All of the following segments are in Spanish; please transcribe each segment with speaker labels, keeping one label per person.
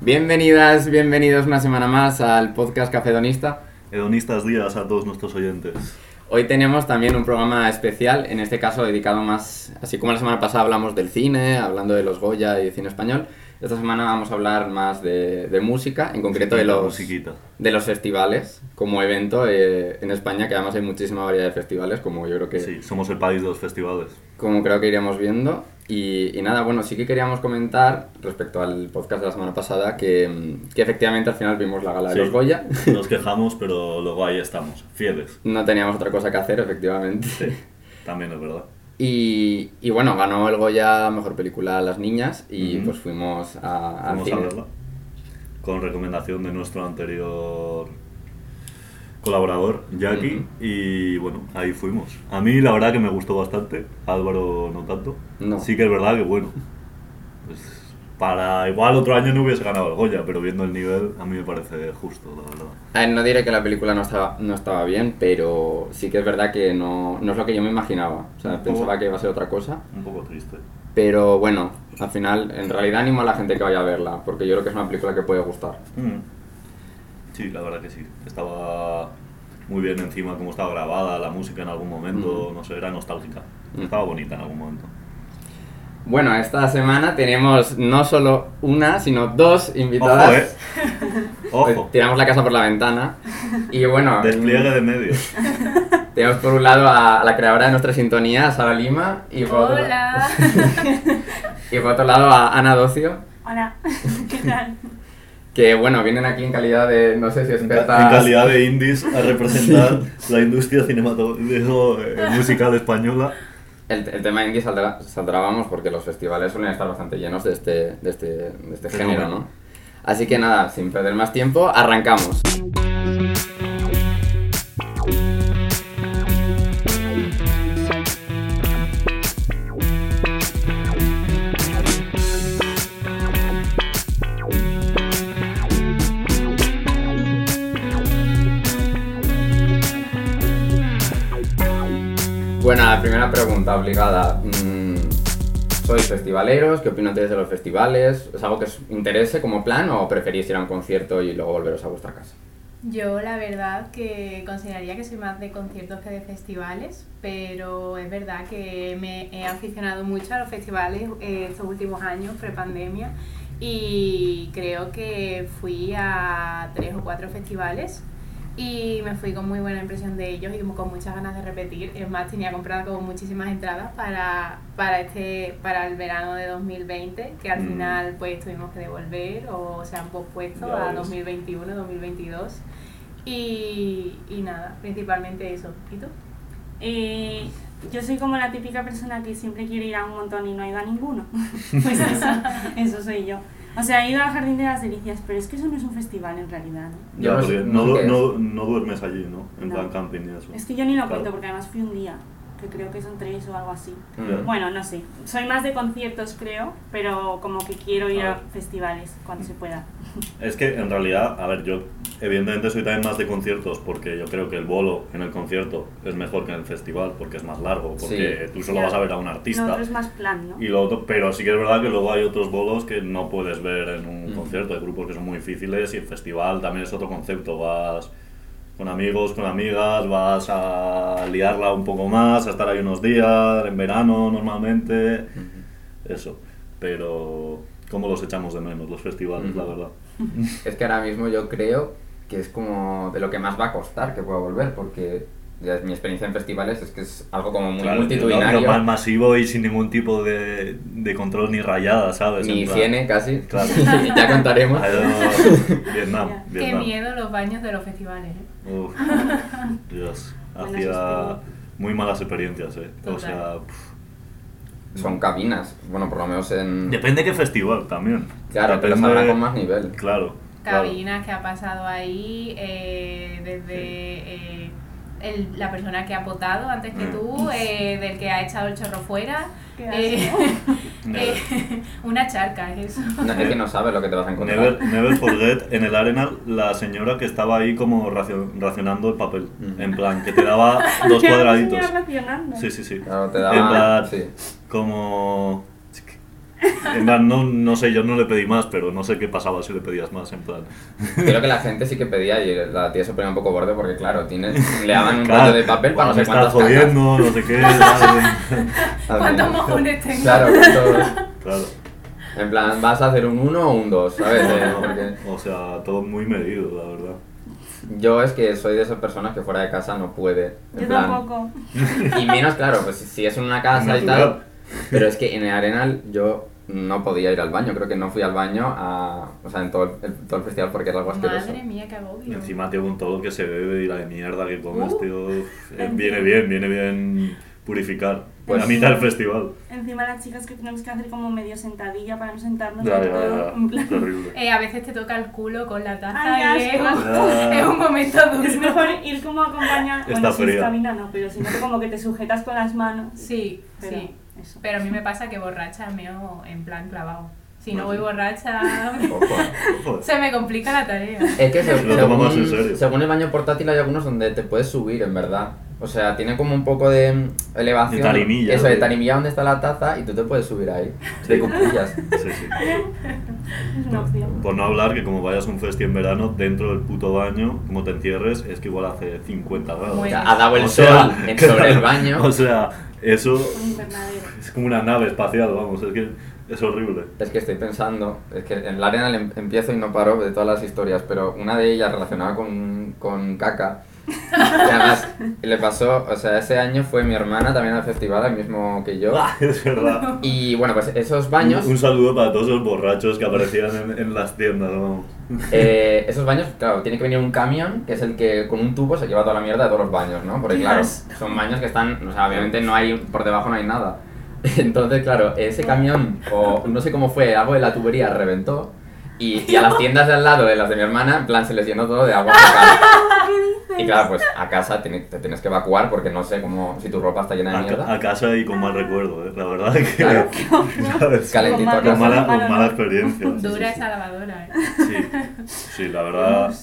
Speaker 1: Bienvenidas, bienvenidos una semana más al podcast Cafedonista.
Speaker 2: Hedonistas días a todos nuestros oyentes.
Speaker 1: Hoy tenemos también un programa especial, en este caso dedicado más, así como la semana pasada hablamos del cine, hablando de los Goya y de cine español, esta semana vamos a hablar más de, de música, en concreto de
Speaker 2: Musiquita,
Speaker 1: los,
Speaker 2: musiquita.
Speaker 1: de los festivales como evento eh, en España, que además hay muchísima variedad de festivales, como yo creo que,
Speaker 2: Sí, somos el país de los festivales.
Speaker 1: como creo que iríamos viendo. Y, y nada, bueno, sí que queríamos comentar respecto al podcast de la semana pasada que, mm, que efectivamente al final vimos la gala de
Speaker 2: Sí.
Speaker 1: los Goya.
Speaker 2: Nos quejamos, pero luego ahí estamos, fieles.
Speaker 1: No teníamos otra cosa que hacer, efectivamente.
Speaker 2: Sí, también es verdad.
Speaker 1: Y, y bueno, ganó el Goya Mejor Película a las niñas y
Speaker 2: Ujú.
Speaker 1: pues fuimos a, al
Speaker 2: Vamos
Speaker 1: cine.
Speaker 2: a verla. Con recomendación de nuestro anterior colaborador, Jackie.
Speaker 1: Ujú.
Speaker 2: Y bueno, ahí fuimos. A mí la verdad que me gustó bastante. Álvaro no tanto.
Speaker 1: No.
Speaker 2: Sí que es verdad que bueno. pues, para igual otro año no hubiese ganado el Goya, pero viendo el nivel a mí me parece justo, la verdad.
Speaker 1: A ver, no diré que la película no estaba, no estaba bien, pero sí que es verdad que no, no es lo que yo me imaginaba. O sea,
Speaker 2: Un poco.
Speaker 1: pensaba que iba a ser otra cosa.
Speaker 2: Un poco triste.
Speaker 1: Pero bueno, al final, en realidad animo a la gente que vaya a verla, porque yo creo que es una película que puede gustar.
Speaker 2: Mm. Sí, la verdad que sí. Estaba muy bien encima como estaba grabada, la música en algún momento, no sé, era nostálgica.
Speaker 1: Mm.
Speaker 2: Estaba bonita en algún momento.
Speaker 1: Bueno, esta semana tenemos no solo una, sino dos invitadas. Eh,
Speaker 2: Ojo, eh. Ojo.
Speaker 1: Tiramos la casa por la ventana. Y bueno,
Speaker 2: Despliegue de medios.
Speaker 1: Tenemos por un lado a, a la creadora de nuestra sintonía, Sara Lima, y por, otro,
Speaker 3: Hola.
Speaker 1: y por otro lado a Ana Docio,
Speaker 3: Hola. ¿Qué tal?
Speaker 1: que bueno, vienen aquí en calidad de, no sé si
Speaker 2: En ca- en
Speaker 1: expertas...
Speaker 2: calidad de indies a representar la industria cinematográfica eh, musical española.
Speaker 1: El, el tema indie saldrá, saldrá, vamos, porque los festivales suelen estar bastante llenos de este, de este, de este
Speaker 2: Sí,
Speaker 1: género,
Speaker 2: hombre.
Speaker 1: ¿no? Así que nada, sin perder más tiempo, arrancamos. Bueno, la primera pregunta obligada. Mm, ¿Sois festivaleros? ¿Qué opinan tenéis de los festivales? ¿Es algo que os interese como plan o preferís ir a un concierto y luego volveros a vuestra casa?
Speaker 3: Yo la verdad que consideraría que soy más de conciertos que de festivales, pero es verdad que me he aficionado mucho a los festivales eh, estos últimos años, prepandemia, y creo que fui a tres o cuatro festivales y me fui con muy buena impresión de ellos y como con muchas ganas de repetir. Es más, tenía comprado como muchísimas entradas para, para, este, para el verano de 2020, que al
Speaker 2: Mm.
Speaker 3: final pues tuvimos que devolver o se han pospuesto
Speaker 2: Ya
Speaker 3: a
Speaker 2: ves.
Speaker 3: 2021, 2022. Y, y nada, principalmente eso. ¿Y tú?
Speaker 4: Eh, yo soy como la típica persona que siempre quiere ir a un montón y no ha ido a ninguno. Pues eso, eso soy yo. O sea, he ido al Jardín de las Delicias, pero es que eso no es un festival en realidad.
Speaker 1: Yo
Speaker 4: ¿no?
Speaker 2: Ya,
Speaker 1: no
Speaker 2: porque
Speaker 1: sé- no
Speaker 2: no,
Speaker 1: sé
Speaker 2: du-
Speaker 1: qué es.
Speaker 2: no- no duermes allí, ¿no? En
Speaker 4: No.
Speaker 2: plan camping y eso.
Speaker 4: Es que yo ni lo
Speaker 2: Claro.
Speaker 4: cuento porque además fui un día, que creo que son tres o algo así.
Speaker 2: Ya.
Speaker 1: Mm.
Speaker 4: Bueno, no sé. Soy más de conciertos, creo, pero como que quiero ir
Speaker 2: A
Speaker 4: a,
Speaker 2: ver.
Speaker 4: festivales cuando se pueda.
Speaker 2: Es que en realidad, a ver, yo evidentemente soy también más de conciertos porque yo creo que el bolo en el concierto es mejor que en el festival porque es más largo, porque
Speaker 1: Sí.
Speaker 2: tú solo
Speaker 4: Ya.
Speaker 2: vas a ver a un
Speaker 4: Lo
Speaker 2: artista.
Speaker 4: otro es más plan, ¿no?
Speaker 2: Y lo otro, pero sí que es verdad que luego hay otros bolos que no puedes ver en un
Speaker 1: Mm.
Speaker 2: concierto, hay grupos que son muy difíciles y el festival también es otro concepto, vas con amigos, con amigas, vas a liarla un poco más, a estar ahí unos días, en verano normalmente, eso. Pero, ¿cómo los echamos de menos los festivales, la
Speaker 1: Ujú.
Speaker 2: verdad?
Speaker 1: Es que ahora mismo yo creo que es como de lo que más va a costar que pueda volver, porque ya mi experiencia en festivales es que es algo como muy
Speaker 2: Claro,
Speaker 1: multitudinario,
Speaker 2: Lo más masivo y sin ningún tipo de, de control ni rayada, ¿sabes?
Speaker 1: ni
Speaker 2: En plan,
Speaker 1: higiene casi,
Speaker 2: Claro.
Speaker 1: ya contaremos.
Speaker 2: ahí no- Vietnam,
Speaker 4: Ya.
Speaker 3: Qué
Speaker 2: Vietnam.
Speaker 3: miedo los baños de los festivales. ¿eh?
Speaker 2: Uf, Dios.
Speaker 4: Buenas
Speaker 2: Hacía
Speaker 4: experiencias.
Speaker 2: muy malas experiencias, ¿eh? O
Speaker 3: Total.
Speaker 2: sea, pf,
Speaker 1: Son cabinas, bueno, por lo menos en...
Speaker 2: depende qué festival también.
Speaker 1: Claro, pero
Speaker 2: Depende-
Speaker 1: sabrá con más nivel.
Speaker 2: Claro. claro.
Speaker 3: cabinas que ha pasado ahí, eh, desde eh, el- la persona que ha potado antes que
Speaker 2: Mm.
Speaker 3: tú, eh, del que ha echado el chorro fuera,
Speaker 4: Qué
Speaker 3: eh,
Speaker 4: asco.
Speaker 3: eh, una charca es eso.
Speaker 1: No, es que no sabes lo que te vas a
Speaker 3: Eh.
Speaker 1: encontrar.
Speaker 2: Never, never forget en el Arenal la señora que estaba ahí como racio- racionando el papel.
Speaker 1: Mm.
Speaker 2: En plan, que te daba dos
Speaker 4: Ya me
Speaker 2: cuadraditos.
Speaker 4: estoy relacionando.
Speaker 2: Sí, sí, sí.
Speaker 1: Claro, te
Speaker 2: En
Speaker 1: da...
Speaker 2: plan,
Speaker 1: Sí.
Speaker 2: como En plan, no, no sé, yo no le pedí más, pero no sé qué pasaba si le pedías más, en plan.
Speaker 1: Creo que la gente sí que pedía y la tía se ponía un poco borde porque, claro, tiene, le daban un
Speaker 2: Claro,
Speaker 1: rollo de papel para no
Speaker 2: me
Speaker 1: sé
Speaker 2: estás
Speaker 1: cuántas cacas.
Speaker 2: jodiendo, no sé qué. tal. eh".
Speaker 1: Al
Speaker 3: ¿Cuántos
Speaker 1: menos.
Speaker 3: mojones tengo?
Speaker 1: Claro, ¿cuántos?
Speaker 2: Claro.
Speaker 1: En plan, ¿vas a hacer un 1 o un 2? ¿Sabes? Eh,
Speaker 2: No,
Speaker 1: porque
Speaker 2: no, o sea, todo muy medido, la verdad.
Speaker 1: yo es que soy de esas personas que fuera de casa no puede. En
Speaker 4: Yo
Speaker 1: plan,
Speaker 4: tampoco.
Speaker 1: Y menos, claro, pues si es en una casa y tal.
Speaker 2: Natural.
Speaker 1: Pero es que en el Arenal yo no podía ir al baño. Creo que no fui al baño a, o sea, en todo el, todo el festival porque era algo asqueroso.
Speaker 3: Madre mía, qué agobio.
Speaker 2: Encima, tío, con todo lo que se bebe y la de mierda que comes,
Speaker 3: Uh,
Speaker 2: tío, uf, eh,
Speaker 4: en
Speaker 2: viene
Speaker 4: fin.
Speaker 2: bien, viene bien purificar.
Speaker 1: Pues-
Speaker 2: a mitad del festival.
Speaker 4: Encima las chicas que tenemos que hacer como medio sentadilla para no sentarnos.
Speaker 2: Ya,
Speaker 4: y
Speaker 2: ya,
Speaker 4: todo,
Speaker 2: ya,
Speaker 4: en plan-
Speaker 2: Terrible.
Speaker 3: Eh, a veces te toca el culo con la taza
Speaker 4: Ay,
Speaker 3: y
Speaker 4: qué asco.
Speaker 3: es, es un momento duro.
Speaker 4: Es mejor ir como acompañada.
Speaker 2: Está
Speaker 4: Bueno, si es
Speaker 2: fría.
Speaker 4: cabina no, pero si no, como que te sujetas con las manos.
Speaker 3: Sí,
Speaker 4: Pero,
Speaker 3: sí.
Speaker 4: Eso.
Speaker 3: Pero a mí me pasa que borracha meo en plan clavado. Si no
Speaker 2: Ah,
Speaker 3: voy
Speaker 2: sí.
Speaker 3: borracha,
Speaker 1: Ojo.
Speaker 2: Joder.
Speaker 3: se me complica la tarea.
Speaker 1: Es que se-
Speaker 2: Lo toma más en
Speaker 1: según,
Speaker 2: serio.
Speaker 1: según el baño portátil hay algunos donde te puedes subir, en verdad. O sea, tiene como un poco de mm, elevación.
Speaker 2: De tarimilla,
Speaker 1: Eso, de
Speaker 2: ¿no?
Speaker 1: tarimilla donde está la taza y tú te puedes subir ahí.
Speaker 2: Sí.
Speaker 1: De cuclillas.
Speaker 2: Sí, sí.
Speaker 4: Es una opción.
Speaker 2: Por no hablar que como vayas a un festi en verano, dentro del puto baño, como te encierres, es que igual hace 50 grados.
Speaker 1: O
Speaker 3: Muy
Speaker 1: sea, ha dado el
Speaker 2: O
Speaker 1: sol
Speaker 2: sea,
Speaker 1: en-
Speaker 2: claro,
Speaker 1: sobre el baño.
Speaker 2: O sea, eso
Speaker 4: Un invernadero.
Speaker 2: es como una nave espacial, vamos, es que es horrible.
Speaker 1: Es que estoy pensando, es que en la arena le em- empiezo y no paro de todas las historias, pero una de ellas relacionada con, con caca, que además le pasó, o sea, ese año fue mi hermana también al festival, el mismo que yo,
Speaker 2: Es verdad.
Speaker 1: y bueno, pues esos baños,
Speaker 2: Un, un saludo para todos los borrachos que aparecían en, en las tiendas, vamos.
Speaker 1: eh, esos baños, claro, tiene que venir un camión, que es el que con un tubo se lleva toda la mierda de todos los baños, ¿no? Porque claro,
Speaker 4: Dios.
Speaker 1: son baños que están, o sea, obviamente no hay, por debajo no hay nada. Entonces, claro, ese camión, o no sé cómo fue, algo de la tubería reventó. Y, y a las tiendas de al lado de las de mi hermana, en plan, se les llenó todo de agua. local.
Speaker 3: Ah,
Speaker 1: Y claro, pues a casa tiene- te tienes que evacuar porque no sé cómo, si tu ropa está llena de
Speaker 2: A, ca-
Speaker 1: mierda.
Speaker 2: a casa y con mal recuerdo, eh, la verdad que...
Speaker 1: Claro.
Speaker 2: ¿sabes?
Speaker 1: Calentito a
Speaker 2: Con
Speaker 1: casa.
Speaker 2: mala,
Speaker 4: Malo,
Speaker 2: con mala
Speaker 4: ¿no?
Speaker 2: experiencia. sí, sí,
Speaker 3: Dura
Speaker 2: sí.
Speaker 3: esa lavadora, ¿eh?
Speaker 2: Sí, sí, la verdad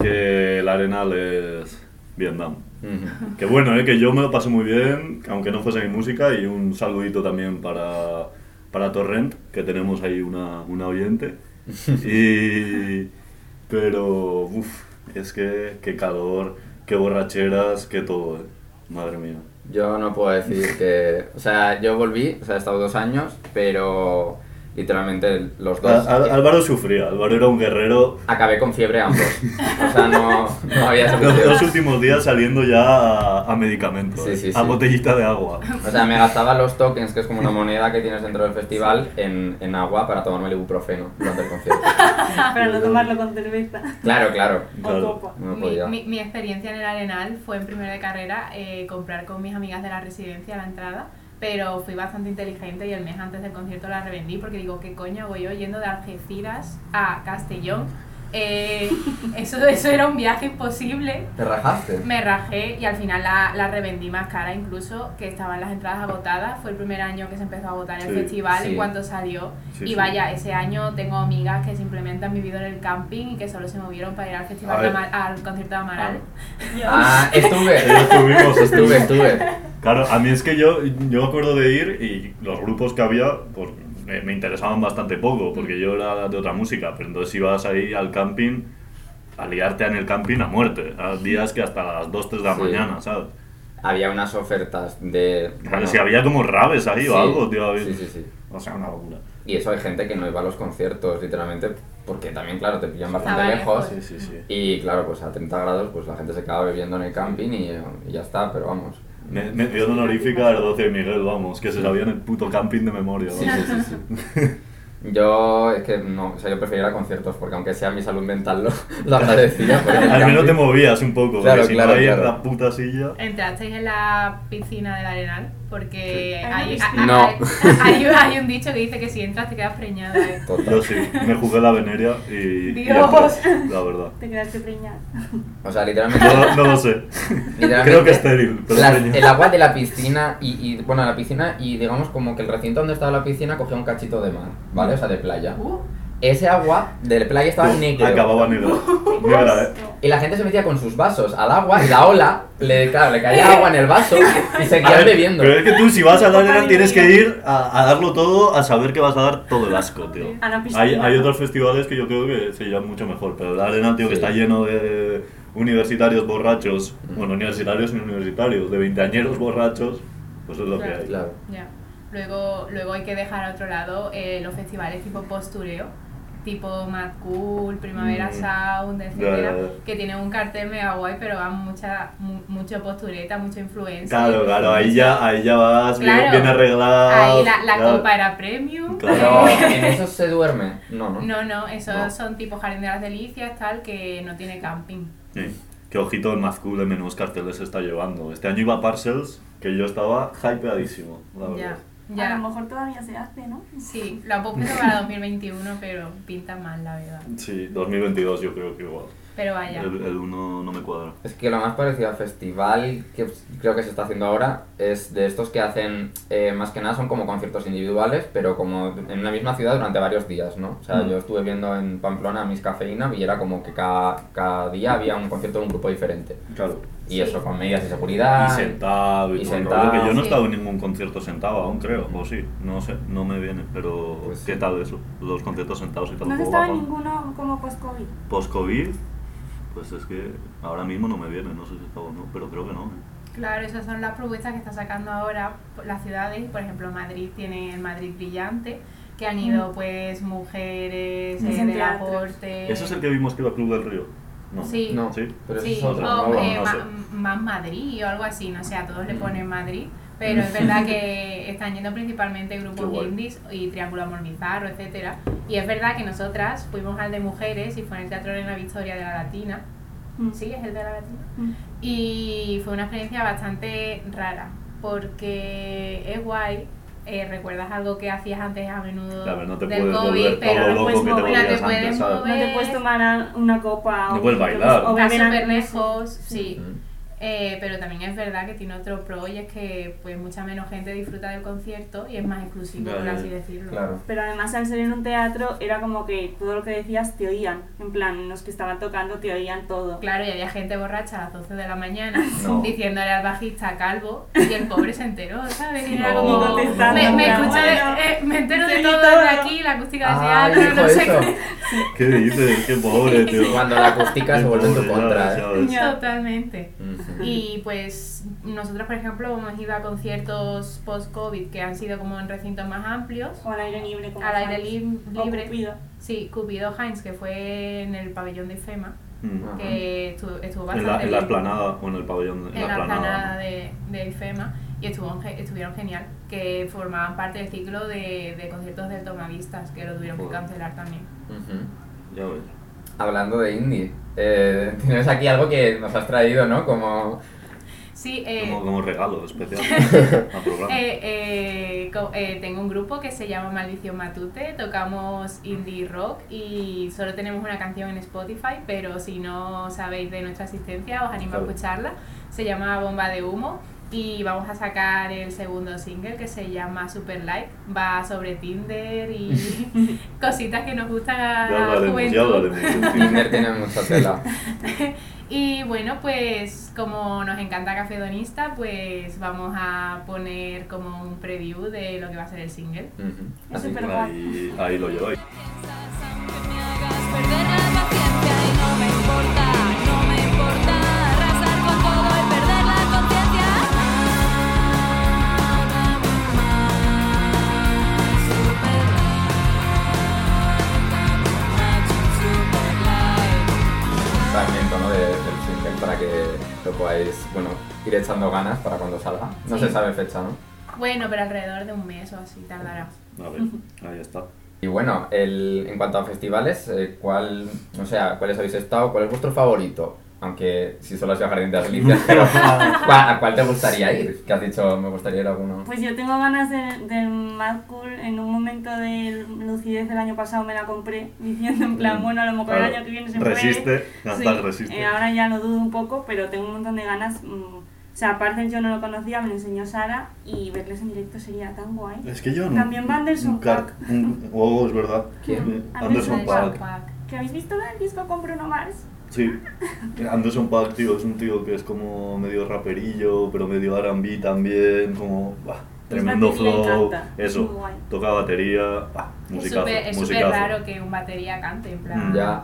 Speaker 2: que el Arenal es Vietnam.
Speaker 1: Ujú.
Speaker 2: Que bueno, eh, que yo me lo pasé muy bien, aunque no fuese mi música, y un saludito también para, para Torrent, que tenemos ahí una, una oyente. Y, pero, uff, es que qué calor, qué borracheras, qué todo, eh. madre mía.
Speaker 1: Yo no puedo decir que. O sea, yo volví, o sea, he estado dos años, pero literalmente los dos.
Speaker 2: Á- Á- Álvaro sufría, Álvaro era un guerrero.
Speaker 1: Acabé con fiebre ambos. O sea, no, no había
Speaker 2: Los
Speaker 1: solución.
Speaker 2: dos últimos días saliendo ya a, a medicamentos,
Speaker 1: Sí,
Speaker 2: eh,
Speaker 1: sí,
Speaker 2: a
Speaker 1: sí.
Speaker 2: botellita de agua.
Speaker 1: O sea, me gastaba los tokens, que es como una moneda que tienes dentro del festival, en, en agua para tomarme el ibuprofeno durante el concierto.
Speaker 4: Para no tomarlo con cerveza.
Speaker 1: Claro, claro.
Speaker 2: Claro.
Speaker 4: O copa.
Speaker 1: No
Speaker 3: Mi,
Speaker 1: podía.
Speaker 3: mi- mi experiencia en el Arenal fue en primero de carrera eh, comprar con mis amigas de la residencia la entrada, pero fui bastante inteligente y el mes antes del concierto la revendí porque digo, ¿qué coño voy yo yendo de Algeciras a Castellón? Eh, eso, eso era un viaje imposible.
Speaker 1: ¿Te rajaste?
Speaker 3: Me rajé y al final la, la revendí más cara incluso, que estaban las entradas agotadas. Fue el primer año que se empezó a agotar el
Speaker 2: Sí,
Speaker 3: festival
Speaker 1: sí.
Speaker 3: y cuando salió.
Speaker 2: Sí,
Speaker 3: y
Speaker 2: sí.
Speaker 3: vaya, ese año tengo amigas que simplemente han vivido en el camping y que solo se movieron para ir al festival
Speaker 2: A
Speaker 3: de
Speaker 2: ver.
Speaker 3: Ama- al concierto de Amaral.
Speaker 4: Yo-
Speaker 1: Ah,
Speaker 2: Ellos
Speaker 1: estuve.
Speaker 2: estuvimos,
Speaker 1: Estuve,
Speaker 2: estuvimos.
Speaker 1: estuve.
Speaker 2: Claro, a mí es que yo, yo me acuerdo de ir y los grupos que había pues, me, me interesaban bastante poco, porque yo era de otra música, pero entonces ibas ahí al camping a liarte en el camping a muerte, a días que hasta las 2, 3 de la
Speaker 1: Sí.
Speaker 2: mañana, ¿sabes?
Speaker 1: Había unas ofertas de.
Speaker 2: Claro,
Speaker 1: bueno,
Speaker 2: si había como rabes ahí
Speaker 1: sí,
Speaker 2: o algo, tío. había-
Speaker 1: Sí, sí, sí.
Speaker 2: O sea, una locura.
Speaker 1: Y eso hay gente que no iba a los conciertos, literalmente, porque también, claro, te pillan bastante
Speaker 3: Estaba
Speaker 1: lejos.
Speaker 2: Sí, sí, sí.
Speaker 1: Y claro, pues a 30 grados, pues la gente se acaba bebiendo en el camping y, y ya está, pero vamos.
Speaker 2: Me, me dio una honorífica el 12 de Miguel, vamos, que se sabía en el puto camping de memoria.
Speaker 1: Sí,
Speaker 2: vamos.
Speaker 1: sí, sí, sí. Yo es que no, o sea, yo prefería ir a conciertos porque aunque sea mi salud mental lo, lo agradecía. pero en el
Speaker 2: Al menos
Speaker 1: camping-
Speaker 2: te movías un poco,
Speaker 1: Claro,
Speaker 2: porque si
Speaker 1: claro,
Speaker 2: no ahí en
Speaker 1: claro.
Speaker 2: la puta silla...
Speaker 3: ¿Entrasteis en la piscina del Arenal? Porque
Speaker 4: Sí.
Speaker 3: hay,
Speaker 4: Hay
Speaker 1: una
Speaker 3: hay-
Speaker 1: piscina.
Speaker 3: hay- hay- hay un dicho que dice que si entras te quedas preñada. ¿eh?
Speaker 1: Total.
Speaker 2: Yo sí, me jugué la veneria y. y
Speaker 3: Dios.
Speaker 2: entré, la verdad.
Speaker 4: Te quedaste preñada.
Speaker 1: O sea, literalmente...
Speaker 2: No, no lo sé.
Speaker 1: literalmente
Speaker 2: Creo que este estéril. Pero
Speaker 1: las-
Speaker 2: pequeño.
Speaker 1: el agua de la piscina y, y, bueno, la piscina y digamos como que el recinto donde estaba la piscina cogía un cachito de mar, ¿vale? O sea, de playa.
Speaker 3: Uh,
Speaker 1: ese agua del playa estaba negro.
Speaker 2: Acababa negro. Negra, ¿eh?
Speaker 1: Y la gente se metía con sus vasos al agua y la ola, le, claro, le caía agua en el vaso y
Speaker 2: A
Speaker 1: seguían
Speaker 2: ver,
Speaker 1: bebiendo.
Speaker 2: Pero es que tú si vas a dar
Speaker 4: Copa
Speaker 2: Eran
Speaker 4: de
Speaker 2: tienes que
Speaker 4: Nieve.
Speaker 2: ir a, a darlo todo, a saber que vas a dar todo el asco, tío.
Speaker 3: Ah,
Speaker 4: A la
Speaker 3: pues
Speaker 4: piscina.
Speaker 2: Hay, hay otros festivales que yo creo que se llevan mucho mejor, pero la arena, tío, que
Speaker 1: Sí. Mm.
Speaker 2: está lleno de universitarios borrachos, bueno, universitarios y universitarios, de veinteañeros borrachos, pues es lo que
Speaker 3: Claro.
Speaker 2: hay.
Speaker 1: Claro.
Speaker 3: Ya. Luego, luego hay que dejar a otro lado eh, los festivales tipo postureo, tipo Mad Cool, Primavera
Speaker 2: Mm.
Speaker 3: Sound,
Speaker 2: ya,
Speaker 3: etcétera,
Speaker 2: ya.
Speaker 3: que tienen un cartel mega guay, pero van mucha, mu- mucho postureta, mucho influencer.
Speaker 2: Claro, claro, ahí ya, ahí ya vas bien-
Speaker 3: Claro.
Speaker 2: bien, arreglado.
Speaker 3: Ahí la, la
Speaker 2: ya.
Speaker 3: copa era premium.
Speaker 1: Pero
Speaker 2: Claro.
Speaker 1: en eso se duerme. No, no.
Speaker 3: No, no, esos
Speaker 1: No.
Speaker 3: son tipo Jardín de las Delicias, tal, que no tiene camping.
Speaker 2: Sí. Qué ojito el Mazcool de menudos carteles se está llevando. Este año iba Parcels, que yo estaba hypeadísimo, la verdad.
Speaker 3: Ya,
Speaker 4: A lo
Speaker 3: ya.
Speaker 4: mejor todavía se hace, ¿no?
Speaker 3: Sí, lo han puesto para 2021, pero pinta mal, la verdad.
Speaker 2: Sí, 2022 yo creo que igual.
Speaker 3: Pero vaya.
Speaker 2: El, el uno no me cuadra.
Speaker 1: Es que lo más parecido al festival que creo que se está haciendo ahora es de estos que hacen, eh, más que nada son como conciertos individuales, pero como en una misma ciudad durante varios días, ¿no? O sea,
Speaker 2: Mm.
Speaker 1: yo estuve viendo en Pamplona mis cafeína y era como que cada, cada día había un concierto de un grupo diferente.
Speaker 2: Claro.
Speaker 1: Y
Speaker 3: Sí.
Speaker 1: eso, con medidas de seguridad.
Speaker 2: Y sentado y,
Speaker 1: Ah, Y
Speaker 2: todo el
Speaker 1: sentado,
Speaker 2: rollo, que yo no he
Speaker 3: sí.
Speaker 2: estado en ningún concierto sentado aún, creo. O sí, no sé, no me viene. Pero,
Speaker 1: Pues sí.
Speaker 2: ¿qué tal eso? Los conciertos sentados y tal.
Speaker 4: No
Speaker 2: un
Speaker 4: se
Speaker 2: poco
Speaker 4: estaba
Speaker 2: bajón.
Speaker 4: ninguno como post-COVID.
Speaker 2: Post-COVID, pues es que ahora mismo no me viene. No sé si estaba o no, pero creo que no. ¿eh?
Speaker 3: Claro, esas son las propuestas que están sacando ahora las ciudades. Por ejemplo, Madrid tiene el Madrid Brillante, que han ido
Speaker 4: Mm.
Speaker 3: pues mujeres
Speaker 4: Mm.
Speaker 3: eh,
Speaker 4: Dicen
Speaker 3: del
Speaker 4: teatros.
Speaker 3: aporte.
Speaker 2: ¿Eso es el que vimos que iba a Club del Río? No.
Speaker 3: Sí.
Speaker 1: No,
Speaker 2: Sí.
Speaker 1: pero eso
Speaker 3: Sí,
Speaker 1: es otro.
Speaker 3: o,
Speaker 1: nuevo,
Speaker 3: eh,
Speaker 2: no
Speaker 3: ma-
Speaker 2: sé.
Speaker 3: más Madrid o algo así, no sé, a todos le
Speaker 1: Mm.
Speaker 3: ponen Madrid, pero es verdad que están yendo principalmente
Speaker 2: Qué
Speaker 3: grupos
Speaker 2: guay.
Speaker 3: indies y Triángulo Amor Bizarro, etcétera. Y es verdad que nosotras fuimos al de mujeres y fue en el Teatro Elena Victoria de la Latina.
Speaker 4: Mm.
Speaker 3: ¿Sí? ¿Es el de la Latina?
Speaker 4: Mm.
Speaker 3: Y fue una experiencia bastante rara, porque es guay. eh, recuerdas algo que hacías antes a menudo
Speaker 2: Claro, no te
Speaker 3: del
Speaker 2: puedes
Speaker 3: COVID,
Speaker 2: volver
Speaker 3: pero pues
Speaker 2: todo loco
Speaker 3: no puedes
Speaker 2: que te
Speaker 3: mover, no
Speaker 2: volvías
Speaker 3: te puedes
Speaker 2: antes, ¿sabes?
Speaker 3: mover,
Speaker 4: No te puedes tomar una copa o,
Speaker 2: No puedes bailar.
Speaker 4: o
Speaker 3: estás
Speaker 4: beber
Speaker 3: súper
Speaker 4: algo.
Speaker 3: lejos, sí.
Speaker 1: Mm.
Speaker 3: Eh, pero también es verdad que tiene otro pro y es que pues mucha menos gente disfruta del concierto y es más exclusivo,
Speaker 2: Ya,
Speaker 3: por
Speaker 2: ya,
Speaker 3: así
Speaker 2: ya.
Speaker 3: decirlo.
Speaker 1: Claro.
Speaker 4: Pero además al ser en un teatro era como que todo lo que decías te oían. En plan, los que estaban tocando te oían todo.
Speaker 3: Claro, y había gente borracha a las 12 de la mañana
Speaker 2: No.
Speaker 3: diciéndole al bajista calvo y el pobre se enteró, ¿sabes? Y era
Speaker 2: No,
Speaker 3: como,
Speaker 2: no,
Speaker 3: me,
Speaker 2: no,
Speaker 3: me
Speaker 2: no.
Speaker 3: escucha,
Speaker 4: Bueno.
Speaker 3: eh, me entero de
Speaker 4: Sí,
Speaker 3: todo
Speaker 4: todo.
Speaker 3: desde aquí, la acústica de
Speaker 1: Ah,
Speaker 3: Seattle,
Speaker 1: dijo
Speaker 3: no sé
Speaker 1: eso.
Speaker 3: qué.
Speaker 2: ¿Qué dices? Qué pobre, tío.
Speaker 1: Cuando la acústica se vuelve en tu
Speaker 2: Pobre,
Speaker 1: contra,
Speaker 2: ya,
Speaker 1: ¿eh?
Speaker 2: ¿sabes?
Speaker 4: Ya.
Speaker 3: Totalmente.
Speaker 1: Mm.
Speaker 3: Y pues nosotros, por ejemplo, hemos ido a conciertos post-COVID que han sido como en recintos más amplios.
Speaker 4: O al aire libre. Como
Speaker 3: Al aire
Speaker 4: sabes.
Speaker 3: lib-
Speaker 4: O
Speaker 3: libre.
Speaker 4: Cupido.
Speaker 3: Sí, Cupido Heinz, que fue en el pabellón de IFEMA,
Speaker 2: Mm.
Speaker 1: Ajá.
Speaker 3: que estuvo, estuvo
Speaker 2: En
Speaker 3: bastante
Speaker 2: la, en la
Speaker 3: bien.
Speaker 2: esplanada o en el pabellón. de-
Speaker 3: En la planada
Speaker 2: esplanada.
Speaker 3: de, de IFEMA, y estuvo, ge- estuvieron genial, que formaban parte del ciclo de, de conciertos del Tomavistas, que lo tuvieron que
Speaker 2: Joder.
Speaker 3: cancelar también.
Speaker 1: Ujú.
Speaker 2: Ya ves.
Speaker 1: Hablando de indie, eh, tienes aquí algo que nos has traído, ¿no? Como
Speaker 3: Sí, eh,
Speaker 2: Como, como regalo especial al programa.
Speaker 3: eh, eh, co- eh, tengo un grupo que se llama Maldición Matute, tocamos indie rock y solo tenemos una canción en Spotify, pero si no sabéis de nuestra asistencia os animo
Speaker 2: Claro.
Speaker 3: a escucharla. Se llama Bomba de Humo y vamos a sacar el segundo single que se llama Super Light. Va sobre Tinder y cositas que nos gustan
Speaker 2: ya
Speaker 3: a la
Speaker 2: hablaremos, ya
Speaker 3: juventud.
Speaker 2: hablaremos. sí, sí.
Speaker 1: Tinder tiene mucha tela.
Speaker 3: Y bueno, pues como nos encanta Café Donista, pues vamos a poner como un preview de lo que va a ser el single.
Speaker 1: Ujú.
Speaker 4: Es
Speaker 1: Así que-
Speaker 4: súper
Speaker 2: Ahí, ahí lo lleváis.
Speaker 5: Piensas aunque me hagas perder la paciencia y no me importa, no me importa arrasar con todo y perder la conciencia.
Speaker 1: un fragmento ¿no? de- del single para que lo podáis, bueno, ir echando ganas para cuando salga. No
Speaker 3: Sí.
Speaker 1: se sabe fecha, ¿no?
Speaker 3: Bueno, pero alrededor de un mes o así tardará.
Speaker 2: A ver, ahí está.
Speaker 1: Y bueno, el, en cuanto a festivales, eh, ¿cuál, o sea, cuáles habéis estado? ¿Cuál es vuestro favorito? Aunque si solo has ido a Jardín de las Delicias, pero ¿cuál- ¿a cuál te gustaría ir? Que has dicho, me gustaría ir a alguno.
Speaker 4: Pues yo tengo ganas de- del Mad Cool. En un momento de lucidez del año pasado me la compré diciendo en plan,
Speaker 1: Mm,
Speaker 4: bueno, a lo mejor el
Speaker 2: claro.
Speaker 4: año que viene se puede.
Speaker 2: Resiste,
Speaker 4: Sí,
Speaker 2: hasta resiste.
Speaker 4: eh, ahora ya lo dudo un poco, pero tengo un montón de ganas. mm, O sea, Parcel yo no lo conocía, me lo enseñó Sara y verles en directo sería tan guay.
Speaker 2: Es que yo no.
Speaker 4: También va Anderson
Speaker 2: un car-
Speaker 4: Paak.
Speaker 2: un- Oh, es verdad.
Speaker 1: ¿Quién?
Speaker 2: Eh, Anderson
Speaker 4: Anderson
Speaker 2: Paak.
Speaker 4: ¿Que habéis visto el disco con Bruno Mars?
Speaker 2: Sí. Anderson Paak, tío, es un tío que es como medio raperillo, pero medio R&B también, como... bah,
Speaker 4: Pues
Speaker 2: tremendo
Speaker 4: batería y
Speaker 2: flow.
Speaker 4: canta. Es muy
Speaker 2: Eso.
Speaker 4: guay.
Speaker 2: Toca batería. Bah,
Speaker 3: Es
Speaker 2: musicazo,
Speaker 3: súper- Es súper
Speaker 2: musicazo.
Speaker 3: raro que un batería cante, en plan.
Speaker 2: Mm.
Speaker 1: Ya.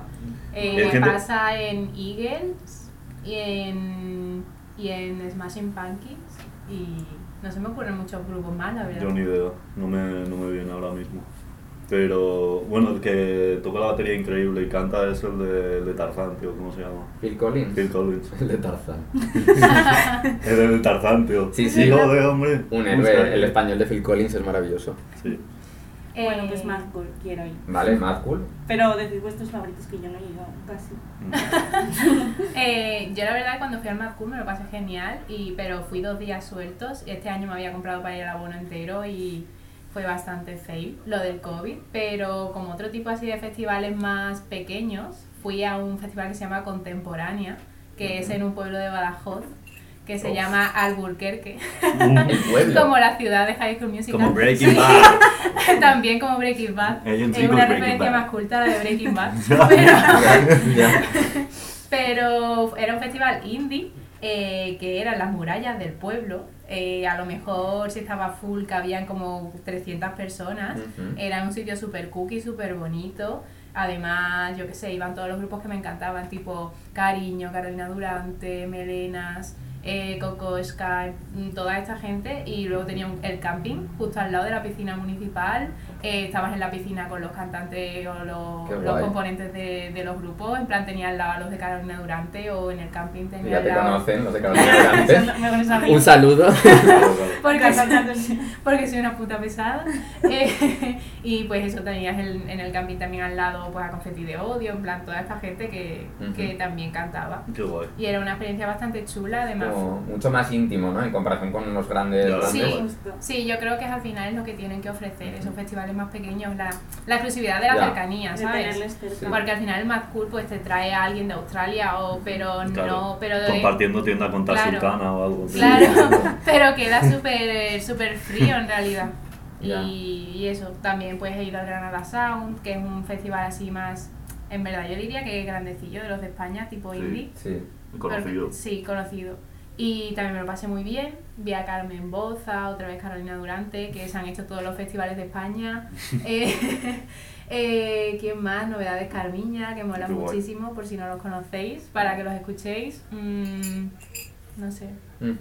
Speaker 3: Eh,
Speaker 2: Y hay gente-
Speaker 3: Pasa en Eagles y en, y en Smashing Pumpkins y no se me ocurren muchos grupos más, la verdad.
Speaker 2: Yo ni idea, no me, no me viene ahora mismo. Pero bueno, el que toca la batería increíble y canta es el de, el de Tarzán, tío, ¿cómo se llama?
Speaker 1: Phil Collins.
Speaker 2: Phil Collins.
Speaker 1: El de Tarzán.
Speaker 2: Es el de Tarzán, tío.
Speaker 1: Sí, sí.
Speaker 2: Hijo de hombre.
Speaker 1: Un
Speaker 2: Busca.
Speaker 1: héroe. El español de Phil Collins es maravilloso.
Speaker 2: Sí.
Speaker 3: Eh,
Speaker 4: Bueno, pues más cool, quiero ir.
Speaker 1: Vale, más cool.
Speaker 4: Pero decid vuestros favoritos que yo no he ido casi.
Speaker 3: eh, yo la verdad cuando fui al Mad Cool me lo pasé genial, y, pero fui dos días sueltos. Este año me había comprado para ir al abono entero y fue bastante fail lo del COVID, pero como otro tipo así de festivales más pequeños, fui a un festival que se llama Contemporánea, que es en un pueblo de Badajoz, que se
Speaker 2: Uf.
Speaker 3: llama Alburquerque.
Speaker 2: Uh,
Speaker 1: El pueblo.
Speaker 3: como la ciudad de High School Musical.
Speaker 2: Como Breaking Bad.
Speaker 3: También como Breaking Bad.
Speaker 2: Hay un
Speaker 3: Es
Speaker 2: chico
Speaker 3: una
Speaker 2: en Breaking
Speaker 3: referencia
Speaker 2: Bad.
Speaker 3: más culta la de Breaking Bad. pero,
Speaker 1: Ya.
Speaker 3: pero era un festival indie eh, que eran las murallas del pueblo. Eh, a lo mejor si estaba full cabían como 300 personas.
Speaker 1: Ujú.
Speaker 3: Era un sitio súper cookie, súper bonito. Además, yo qué sé, iban todos los grupos que me encantaban, tipo Cariño, Carolina Durante, Melenas, eh, Coco Sky, mm, toda esta gente. Y luego tenía un- el camping justo al lado de la piscina municipal. Eh, estabas en la piscina con los cantantes o
Speaker 1: Qué
Speaker 3: los, los
Speaker 1: guay.
Speaker 3: componentes de, de los grupos. En plan, tenía al lado a los de Carolina Durante o en el camping tenía
Speaker 1: Ya
Speaker 3: al
Speaker 1: te
Speaker 3: lado-
Speaker 1: conocen, no te conocen antes.
Speaker 4: Son mejores
Speaker 1: Un
Speaker 4: amigos.
Speaker 1: saludo.
Speaker 2: Claro, claro.
Speaker 3: Porque
Speaker 4: Cantantes.
Speaker 3: porque soy una puta pesada. Eh, y pues eso tenías el- en el camping también al lado pues a Confetti de Odio, en plan toda esta gente que, que
Speaker 1: Ujú.
Speaker 3: también cantaba.
Speaker 2: Qué guay.
Speaker 3: Y era una experiencia bastante chula además.
Speaker 1: Como mucho más íntimo, ¿no? En comparación con los grandes.
Speaker 2: Ya.
Speaker 1: grandes.
Speaker 3: Sí.
Speaker 4: Justo.
Speaker 3: Sí, yo creo que es al final es lo que tienen que ofrecer esos festivales más pequeños, la, la exclusividad de la
Speaker 1: Ya.
Speaker 4: De
Speaker 3: cercanía, ¿sabes?
Speaker 4: tenerles cerca.
Speaker 1: Sí.
Speaker 3: Porque al final el Mad Cool pues te trae a alguien de Australia o pero
Speaker 2: Claro.
Speaker 3: no, pero de-
Speaker 2: Compartiendo tienda con Tal
Speaker 3: Claro.
Speaker 2: Sultana o algo. tío.
Speaker 3: Claro, pero queda súper súper frío en realidad.
Speaker 1: Ya.
Speaker 3: Y, y eso, también pues he ido al Granada Sound, que es un festival así más, en verdad yo diría que grandecillo de los de España, tipo
Speaker 2: Sí.
Speaker 3: indie.
Speaker 1: Sí.
Speaker 2: Conocido.
Speaker 3: Pero- sí, conocido. Y también me lo pasé muy bien. Vi a Carmen Boza, otra vez Carolina Durante, que se han hecho todos los festivales de España. Eh, eh, ¿Quién más? Novedades Carmiña, que mola
Speaker 2: Qué guay.
Speaker 3: muchísimo, por si no los conocéis, para que los escuchéis. Mm, no sé.
Speaker 1: Ujú.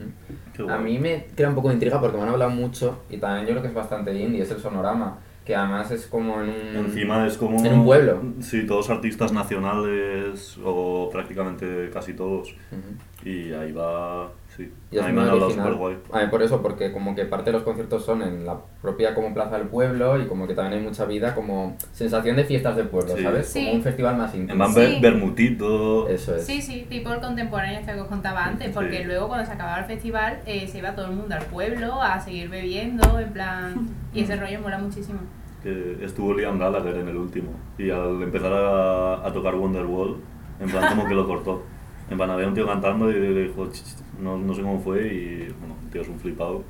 Speaker 2: Qué
Speaker 1: A
Speaker 2: guay.
Speaker 1: mí me crea un poco de intriga porque me han hablado mucho y también yo creo que es bastante indie, es el sonorama, que además es como en un...
Speaker 2: Encima es como...
Speaker 1: mm, En un pueblo.
Speaker 2: Sí, todos artistas nacionales o prácticamente casi todos.
Speaker 1: Ujú.
Speaker 2: Y ahí va... Sí.
Speaker 1: Y es
Speaker 2: a mí
Speaker 1: muy
Speaker 2: me han hablado
Speaker 1: original.
Speaker 2: súper guay.
Speaker 1: A mí por eso, porque como que parte de los conciertos son en la propia como plaza del pueblo y como que también hay mucha vida, como sensación de fiestas del pueblo,
Speaker 2: Sí.
Speaker 1: ¿sabes?
Speaker 3: Sí.
Speaker 1: Como un festival más
Speaker 2: En
Speaker 1: íntimo.
Speaker 2: plan,
Speaker 3: Sí.
Speaker 2: ver- Bermutito.
Speaker 1: Eso es.
Speaker 3: Sí, sí, tipo el contemporáneo este que os contaba antes, porque
Speaker 2: Pues. Sí.
Speaker 3: luego cuando se acababa el festival eh, se iba todo el mundo al pueblo a seguir bebiendo, en plan... Y
Speaker 2: Mm.
Speaker 3: ese rollo mola muchísimo.
Speaker 2: que estuvo Liam Gallagher en el último y al empezar a, a tocar Wonderwall, en plan como que lo cortó. En plan había un tío cantando y le dijo, "Ch, ch, no, no sé cómo fue y bueno, el tío es un flipado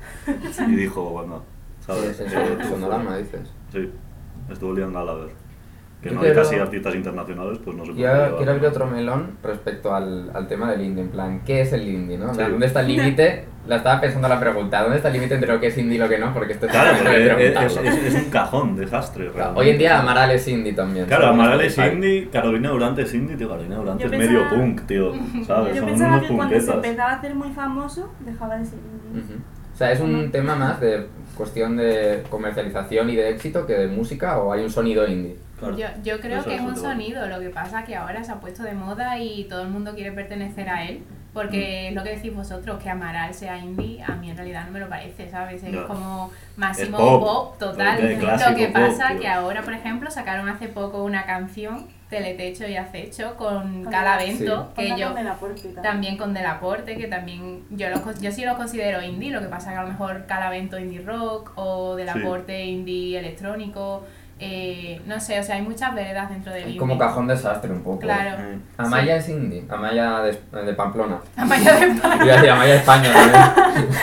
Speaker 2: y dijo, bueno, ¿sabes?
Speaker 1: Sí, es
Speaker 2: Eh,
Speaker 1: el
Speaker 2: tú
Speaker 1: sonorama,
Speaker 2: fuera".
Speaker 1: dices.
Speaker 2: Sí, estuvo Liam Gallagher. Que
Speaker 1: Yo
Speaker 2: no hay
Speaker 1: quiero-
Speaker 2: casi artistas internacionales, pues no se puede
Speaker 1: Yo
Speaker 2: llevar,
Speaker 1: quiero abrir
Speaker 2: ¿no?
Speaker 1: otro melón respecto al, al tema del indie, en plan, ¿qué es el indie, no? O sea,
Speaker 2: Sí.
Speaker 1: ¿dónde está el límite? La estaba pensando la pregunta, ¿dónde está el límite entre lo que es indie y lo que no? Porque esto es
Speaker 2: Claro,
Speaker 1: momento de
Speaker 2: porque es,
Speaker 1: preguntarlo.
Speaker 2: es- es un cajón desastre.
Speaker 1: Claro, Hoy en día Amaral es indie también.
Speaker 2: Claro,
Speaker 1: ¿sabes?
Speaker 2: Amaral es
Speaker 1: Spotify.
Speaker 2: indie, Carolina Durante es indie, tío, Carolina Durante
Speaker 4: Yo
Speaker 2: es medio
Speaker 4: pensaba-
Speaker 2: punk, tío, ¿sabes?
Speaker 4: Yo
Speaker 2: Son
Speaker 4: pensaba
Speaker 2: unos
Speaker 4: que cuando se
Speaker 2: punketas.
Speaker 4: empezaba a hacer muy famoso, dejaba de ser indie.
Speaker 1: Ujú. O sea, es un tema más de cuestión de comercialización y de éxito que de música o hay un sonido indie.
Speaker 2: Claro.
Speaker 3: Yo, yo creo
Speaker 2: Eso
Speaker 3: que es
Speaker 2: es
Speaker 3: un
Speaker 2: otro.
Speaker 3: sonido, lo que pasa que ahora se ha puesto de moda y todo el mundo quiere pertenecer a él,
Speaker 2: Mm.
Speaker 3: porque es lo que decís vosotros, que Amaral sea indie, a mí en realidad no me lo parece, ¿sabes? Es
Speaker 2: Ya.
Speaker 3: como máximo
Speaker 2: Es pop.
Speaker 3: pop, total.
Speaker 2: Es clásico
Speaker 3: lo que
Speaker 2: pop,
Speaker 3: pasa
Speaker 2: tío.
Speaker 3: que ahora, por ejemplo, sacaron hace poco una canción, Teletecho y Acecho, con
Speaker 4: Con-
Speaker 3: Calavento,
Speaker 4: Con
Speaker 3: que
Speaker 4: la
Speaker 3: yo...
Speaker 4: Carmen Laporte y tal.
Speaker 3: También con Delaporte, que también yo, los, con- yo sí los considero indie, lo que pasa que a lo mejor Calavento indie rock o Delaporte indie electrónico, eh, no sé, o sea, hay muchas veredas dentro del
Speaker 1: Es
Speaker 3: indie.
Speaker 1: como cajón pues. Eh. desastre un poco.
Speaker 3: Claro.
Speaker 2: Mm.
Speaker 1: Amaya es indie, Amaya de, de Pamplona.
Speaker 3: Amaya de Paz.
Speaker 1: Iba a decir Amaya de España también.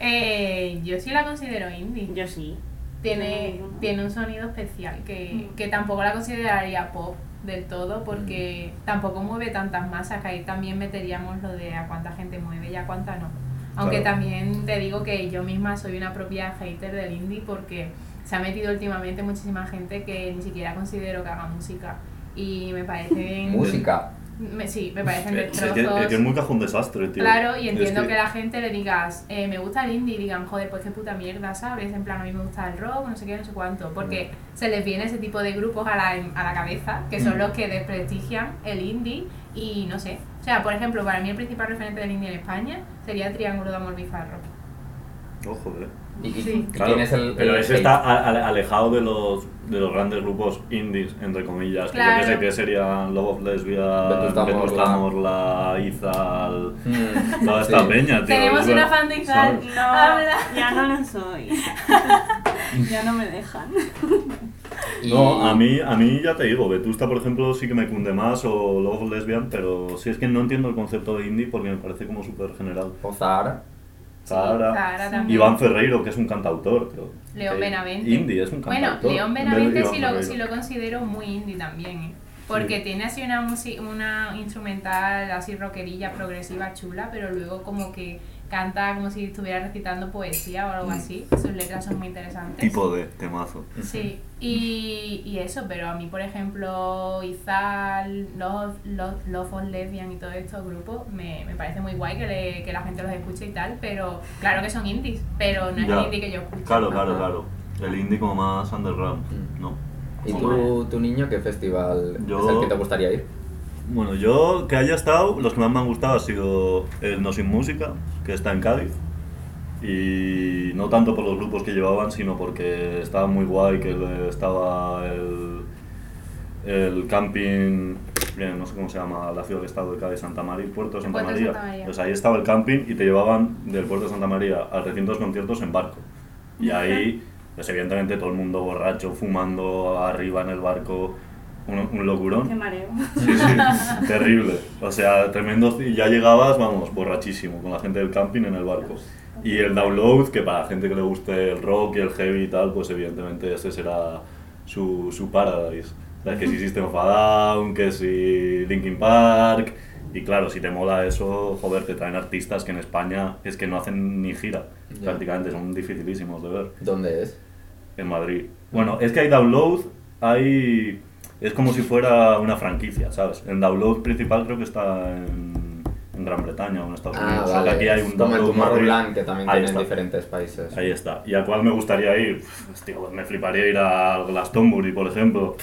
Speaker 3: Eh, yo sí la considero indie.
Speaker 4: Yo sí.
Speaker 3: Tiene,
Speaker 4: Yo no.
Speaker 3: tiene un sonido especial que,
Speaker 4: Mm.
Speaker 3: que tampoco la consideraría pop del todo porque tampoco mueve tantas masas, que ahí también meteríamos lo de a cuánta gente mueve y a cuánta no. Aunque
Speaker 2: Claro.
Speaker 3: también te digo que yo misma soy una propia hater del indie porque se ha metido últimamente muchísima gente que ni siquiera considero que haga música y me parecen...
Speaker 1: Música.
Speaker 3: me- sí, me parecen
Speaker 2: Eh, Es que,
Speaker 3: destrozos.
Speaker 2: es que es muy cajón desastre, tío.
Speaker 3: Claro, y entiendo
Speaker 2: Es
Speaker 3: que... la gente le digas, eh, me gusta el indie, y digan, joder, pues qué puta mierda, ¿sabes? En plan, a mí me gusta el rock, no sé qué, no sé cuánto. Porque se les viene ese tipo de grupos a la, a la cabeza, que son
Speaker 1: Mm.
Speaker 3: los que desprestigian el indie y no sé. O sea, por ejemplo, para mí el principal referente del indie en España sería Triángulo de Amor Bizarro.
Speaker 2: Oh, joder.
Speaker 1: Y, y-
Speaker 3: Sí.
Speaker 1: y
Speaker 2: Claro,
Speaker 1: tienes el.
Speaker 2: pero
Speaker 1: el
Speaker 2: ese
Speaker 1: hate.
Speaker 2: está a- a- alejado de los, de los grandes grupos indies, entre comillas. que
Speaker 3: Claro.
Speaker 2: Yo que sé que serían Love of Lesbian,
Speaker 1: Vetusta
Speaker 2: Vetusta
Speaker 1: Morla.
Speaker 2: Morla, Izal,
Speaker 1: Mm,
Speaker 2: toda esta
Speaker 1: sí.
Speaker 2: peña, tío.
Speaker 3: Tenemos
Speaker 2: es
Speaker 3: una
Speaker 2: verdad,
Speaker 3: fan de Izal.
Speaker 2: ¿sabes?
Speaker 4: No,
Speaker 3: Habla.
Speaker 4: ya no lo soy. ya no me dejan.
Speaker 1: Y-
Speaker 2: No, a mí, a mí ya te digo, Vetusta, por ejemplo, sí que me cunde más, o Love of Lesbian, pero sí es que no entiendo el concepto de indie porque me parece como súper general.
Speaker 1: Ozar.
Speaker 2: Zahara,
Speaker 3: Zahara también.
Speaker 2: Iván Ferreiro, que es un cantautor, creo.
Speaker 3: León
Speaker 2: Que
Speaker 3: Benavente.
Speaker 2: Indie, es un
Speaker 3: Bueno,
Speaker 2: cantautor.
Speaker 3: León
Speaker 2: en vez de
Speaker 3: Benavente
Speaker 2: Iván
Speaker 3: sí lo,
Speaker 2: Ferreiro.
Speaker 3: sí lo considero muy indie también, ¿eh? Porque
Speaker 2: Sí.
Speaker 3: tiene así una, musi- una instrumental así rockerilla, progresiva, chula, pero luego como que canta como si estuviera recitando poesía o algo
Speaker 2: Mm.
Speaker 3: así. Sus letras son muy interesantes.
Speaker 2: Tipo de temazo.
Speaker 3: Sí, y, y eso, pero a mí, por ejemplo, Izal, Love, Love, Love of Lesbian y todos estos grupos, me, me parece muy guay que, le- que la gente los escuche y tal, pero claro que son indies, pero no es
Speaker 2: Ya.
Speaker 3: el indie que yo escucho.
Speaker 2: Claro, claro,
Speaker 1: Ajá.
Speaker 2: claro. El indie como más underground,
Speaker 1: Mm.
Speaker 2: ¿no?
Speaker 1: ¿Y tú, tu niño, qué festival es
Speaker 2: Yo-
Speaker 1: el que te gustaría ir?
Speaker 2: Bueno, yo que haya estado, los que más me han gustado ha sido el No Sin Música, que está en Cádiz. Y no tanto por los grupos que llevaban, sino porque estaba muy guay, que le- estaba el, el camping, bien, no sé cómo se llama la ciudad que estaba de Cádiz, Santa María, Puerto de Santa
Speaker 3: Puerto de
Speaker 2: María.
Speaker 3: Santa María.
Speaker 2: Pues ahí estaba el camping y te llevaban del Puerto de Santa María al recinto de los conciertos en barco. Y ahí, pues evidentemente todo el mundo borracho, fumando arriba en el barco, un, un locurón.
Speaker 4: Qué mareo.
Speaker 2: Sí, sí, terrible. O sea, tremendo. Y ya llegabas, vamos, borrachísimo, con la gente del camping en el barco. Y el download, que para la gente que le guste el rock y el heavy y tal, pues evidentemente ese será su, su paradise. O sea, que si System of a Down, que si Linkin Park. Y claro, si te mola eso, joder, te traen artistas que en España es que no hacen ni gira.
Speaker 1: Ya.
Speaker 2: Prácticamente son dificilísimos de ver
Speaker 1: ¿Dónde es?
Speaker 2: en Madrid. Bueno, es que hay Download, hay... Es como si fuera una franquicia, ¿sabes? El Download principal creo que está en, en Gran Bretaña o en Estados
Speaker 1: Ah,
Speaker 2: Unidos. o sea, que
Speaker 1: vale.
Speaker 2: aquí hay un
Speaker 1: Como el
Speaker 2: Download Madrid.
Speaker 1: Tomorrowland, que también
Speaker 2: Ahí
Speaker 1: tiene en
Speaker 2: está.
Speaker 1: diferentes países.
Speaker 2: Ahí está. ¿Y a cuál me gustaría ir? Uf, Hostia, pues me fliparía ir a Glastonbury, por ejemplo.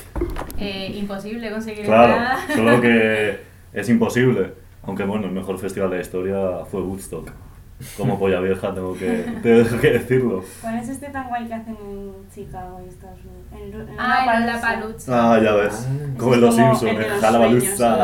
Speaker 3: Eh, imposible conseguir
Speaker 2: Claro,
Speaker 3: entrada.
Speaker 2: solo que es imposible. Aunque bueno, el mejor festival de la historia fue Woodstock. Como polla vieja tengo que, tengo que decirlo.
Speaker 4: ¿Cuál es este tan guay que hacen en Chicago y Estados Unidos? En, Lu- en
Speaker 3: Ah, el
Speaker 4: Lollapalooza.
Speaker 3: Lollapalooza.
Speaker 2: Ah, ya ves.
Speaker 1: Ah.
Speaker 2: Como
Speaker 4: Es
Speaker 2: en Los
Speaker 4: como
Speaker 2: Simpsons,
Speaker 4: el de
Speaker 2: en
Speaker 4: los
Speaker 2: Jalabalusa.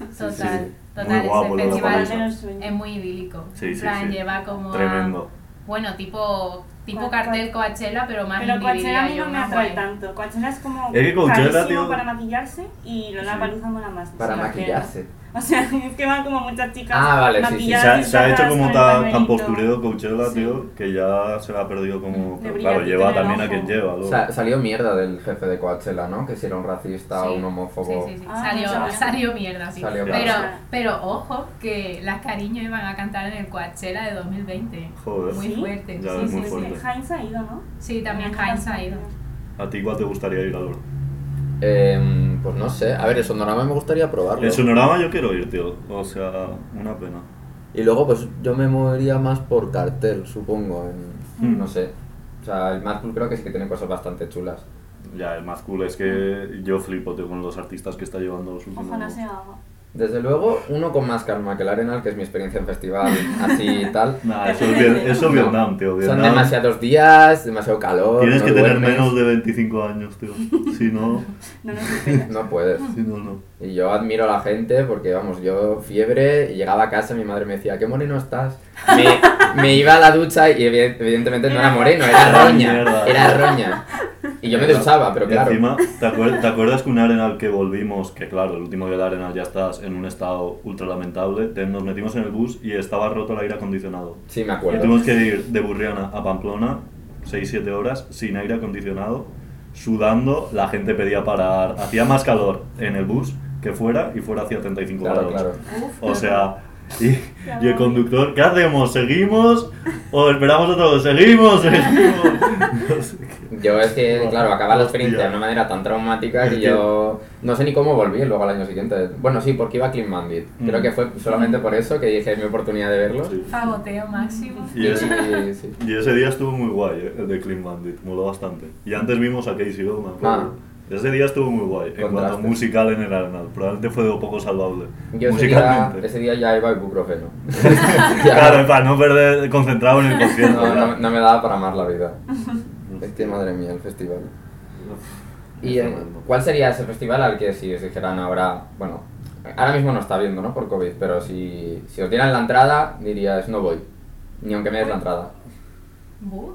Speaker 3: Total,
Speaker 2: sí.
Speaker 3: total.
Speaker 2: Muy guapo
Speaker 3: ese
Speaker 2: Lollapalooza.
Speaker 4: Festival de
Speaker 3: festival
Speaker 4: los sueños.
Speaker 3: es muy idílico.
Speaker 2: Sí,
Speaker 3: En
Speaker 2: sí,
Speaker 3: plan,
Speaker 2: sí.
Speaker 3: lleva como. a-
Speaker 2: Tremendo.
Speaker 3: bueno, tipo, tipo
Speaker 4: Cual-
Speaker 3: cartel Coachella, pero más
Speaker 4: Ah, Pero
Speaker 3: indie,
Speaker 4: Coachella a mí
Speaker 3: diría
Speaker 4: no
Speaker 3: yo,
Speaker 4: me
Speaker 3: más
Speaker 4: atrae
Speaker 3: guay.
Speaker 4: tanto. Coachella es como
Speaker 2: Es que Coachella,
Speaker 4: carísimo
Speaker 2: tío-
Speaker 4: para maquillarse y Lola Paluza mola más. o
Speaker 1: Para
Speaker 4: sea,
Speaker 1: maquillarse.
Speaker 4: que- O sea, es que van como muchas chicas
Speaker 1: Ah, vale, sí, sí.
Speaker 2: Y
Speaker 1: Ya
Speaker 2: se, ha,
Speaker 4: maquilladas.
Speaker 2: se ha hecho como
Speaker 4: disfrazadas
Speaker 2: tan,
Speaker 4: con
Speaker 2: tan
Speaker 4: el pañuelito.
Speaker 2: postureo Coachella,
Speaker 4: Sí.
Speaker 2: tío, que ya se la ha perdido como...
Speaker 4: De
Speaker 2: claro,
Speaker 4: brillantito en
Speaker 2: lleva
Speaker 4: el
Speaker 2: también a
Speaker 4: ojo.
Speaker 2: quien lleva. luego.
Speaker 1: Sa- salió mierda del jefe de Coachella, ¿no? Que si era un racista o un homófobo.
Speaker 3: Sí, sí, sí.
Speaker 4: Ah,
Speaker 3: salió,
Speaker 4: no sabía.
Speaker 3: salió mierda, sí.
Speaker 1: Salió
Speaker 3: pero,
Speaker 4: mierda.
Speaker 3: pero ojo, que las cariños iban a cantar en el Coachella de 2020.
Speaker 2: Joder.
Speaker 3: Muy
Speaker 4: ¿Sí?
Speaker 3: fuerte.
Speaker 2: Ya
Speaker 3: sí,
Speaker 2: ves,
Speaker 3: sí,
Speaker 2: muy
Speaker 3: sí.
Speaker 2: fuerte.
Speaker 4: Heinz ha ido, ¿no?
Speaker 3: Sí, también
Speaker 4: Ah,
Speaker 3: Heinz ha ido.
Speaker 2: ¿A ti cuál te gustaría ir, Álvaro?
Speaker 1: Eh, pues no sé. A ver, el sonorama me gustaría probarlo.
Speaker 2: El sonorama yo quiero ir, tío. O sea, una pena.
Speaker 1: Y luego, pues yo me movería más por cartel, supongo. en-
Speaker 2: Mm.
Speaker 1: No sé. O sea, el Madpool creo que sí que tiene cosas bastante chulas.
Speaker 2: Ya, el más cool es
Speaker 3: Mm.
Speaker 2: que yo flipo, tío, con los artistas que está llevando los últimos...
Speaker 4: Ojalá se haga.
Speaker 1: Desde luego, uno con más calma que el Arenal, que es mi experiencia en festival, así y tal.
Speaker 2: Nah, eso es, Viet- eso es
Speaker 1: No.
Speaker 2: Vietnam, tío. Vietnam.
Speaker 1: Son demasiados días, demasiado calor.
Speaker 2: Tienes
Speaker 1: no
Speaker 2: que tener
Speaker 1: duermes.
Speaker 2: menos de 25 años, tío. Si no,
Speaker 4: No nos esperas.
Speaker 1: No puedes.
Speaker 2: si no, no.
Speaker 1: Y yo admiro a la gente porque, vamos, yo fiebre y llegaba a casa, mi madre me decía, qué moreno estás. Me, me iba a la ducha y evi- evidentemente no era moreno, era roña.
Speaker 2: Mierda.
Speaker 1: Era roña. Y yo me duchaba, pero
Speaker 2: Y
Speaker 1: claro.
Speaker 2: Encima, ¿te, acuer- te acuerdas que un Arenal que volvimos, que claro, el último día del Arenal ya estás en un estado ultra lamentable, te- nos metimos en el bus y estaba roto el aire acondicionado.
Speaker 1: Sí, me
Speaker 2: Y
Speaker 1: acuerdo.
Speaker 2: tuvimos que ir de Burriana a Pamplona, 6-7 horas, sin aire acondicionado, sudando, la gente pedía parar, hacía más calor en el bus que fuera y fuera hacía 35
Speaker 1: Claro,
Speaker 2: grados.
Speaker 1: claro.
Speaker 2: O sea, y, y el conductor, ¿qué hacemos? ¿Seguimos? ¿O esperamos otro? ¿Seguimos? ¿Seguimos? No sé qué.
Speaker 1: Yo es que,
Speaker 2: Buah,
Speaker 1: claro, acaba la
Speaker 2: hostia.
Speaker 1: experiencia de una manera tan traumática
Speaker 2: Es
Speaker 1: que
Speaker 2: que-
Speaker 1: yo no sé ni cómo volví luego al año siguiente. Bueno, sí, porque iba a Clean Bandit. Creo
Speaker 2: Mm.
Speaker 1: que fue solamente por eso que dije, es mi oportunidad de verlo.
Speaker 2: Sí.
Speaker 3: Fagoteo máximo.
Speaker 2: Y es-
Speaker 1: Y- sí.
Speaker 2: Y ese día estuvo muy guay, ¿eh? el de Clean Bandit, moló bastante. Y antes vimos a Casey Go, me
Speaker 1: Ah.
Speaker 2: acuerdo. Ese día estuvo muy guay, en cuanto a
Speaker 1: Contrastes.
Speaker 2: musical en el Arenal. Probablemente fue de lo poco salvable.
Speaker 1: Yo ese día,
Speaker 2: Musicalmente.
Speaker 1: ese día ya iba ibuprofeno. Ya.
Speaker 2: Claro, para no perder concentrado en el concierto.
Speaker 1: No,
Speaker 2: ya.
Speaker 1: no, no me daba para amar la vida. Es que madre mía, el festival. ¿Y eh, cuál sería ese festival al que si os dijeran ahora, bueno, ahora mismo no está viendo, ¿no? Por COVID, pero si, si os dieran la entrada, dirías, no voy. Ni aunque me des la entrada.
Speaker 3: Buh.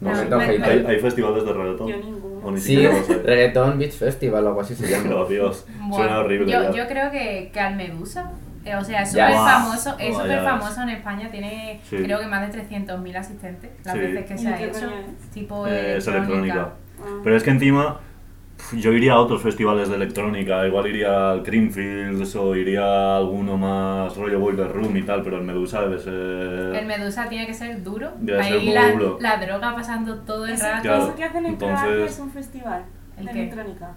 Speaker 2: No
Speaker 1: Me
Speaker 2: sé,
Speaker 1: toca
Speaker 2: hay,
Speaker 1: ir.
Speaker 2: hay festivales de reggaetón.
Speaker 4: Yo ninguno.
Speaker 2: O ni
Speaker 1: Sí,
Speaker 2: siquiera los hay.
Speaker 1: Reggaeton Beach Festival o algo así se
Speaker 2: Pero,
Speaker 1: llama.
Speaker 2: Dios,
Speaker 3: Bueno,
Speaker 2: suena horrible.
Speaker 3: Yo,
Speaker 2: ya.
Speaker 3: yo creo que, que al Medusa, eh, o sea, es
Speaker 1: Ya.
Speaker 3: súper
Speaker 2: Guau.
Speaker 3: famoso, es
Speaker 2: Guau,
Speaker 3: súper
Speaker 2: ya
Speaker 3: famoso en España, tiene
Speaker 2: Sí.
Speaker 3: creo que más de 300.000 asistentes las
Speaker 2: Sí.
Speaker 3: veces que
Speaker 4: ¿Y
Speaker 3: se ha
Speaker 4: qué
Speaker 3: hecho,
Speaker 4: coño es?
Speaker 3: tipo
Speaker 2: Eh, es electrónica.
Speaker 4: Ah.
Speaker 2: Pero es que encima pf, yo iría a otros festivales de electrónica, igual iría al Creamfields o iría a alguno más rollo Boiler Room y tal, pero el Medusa debe ser...
Speaker 3: El Medusa tiene que ser duro,
Speaker 2: Debe ser
Speaker 3: ahí
Speaker 2: muy
Speaker 3: la,
Speaker 2: duro.
Speaker 3: la droga pasando todo el
Speaker 4: Eso,
Speaker 3: rato,
Speaker 2: Claro,
Speaker 4: eso que hacen en
Speaker 2: entonces-
Speaker 4: Croacia es un festival
Speaker 3: ¿El
Speaker 4: de
Speaker 3: qué?
Speaker 4: electrónica.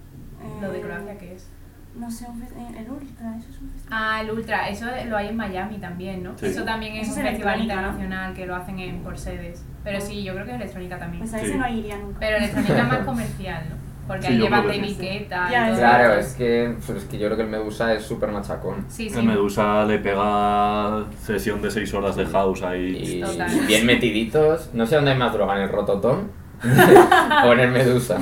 Speaker 3: lo de
Speaker 4: Eh,
Speaker 3: Croacia que es.
Speaker 4: No sé, un fe- el Ultra, eso es un festival.
Speaker 3: Ah, el Ultra, eso lo hay en Miami también, ¿no?
Speaker 2: Sí.
Speaker 3: Eso también es
Speaker 4: Eso
Speaker 3: un
Speaker 4: es
Speaker 3: festival
Speaker 4: electrónica, ¿no?
Speaker 3: internacional que lo hacen en, por sedes, pero sí, yo creo que es electrónica también.
Speaker 4: Pues a ese
Speaker 2: Sí.
Speaker 4: no iría nunca.
Speaker 3: Ah, Pero electrónica más comercial, ¿no? Porque
Speaker 2: Sí,
Speaker 3: ahí
Speaker 2: yo
Speaker 3: llevan
Speaker 2: creo que
Speaker 3: David
Speaker 4: sí.
Speaker 3: Guetta y
Speaker 4: Ya,
Speaker 3: todo
Speaker 1: Claro,
Speaker 3: eso.
Speaker 1: es que, pues, es que yo creo que el Medusa es súper machacón.
Speaker 3: Sí, sí.
Speaker 2: El Medusa le pega sesión de 6 horas de house ahí.
Speaker 1: Y
Speaker 3: Total.
Speaker 1: bien metiditos. No sé dónde hay más droga, en el Rototom o en el Medusa.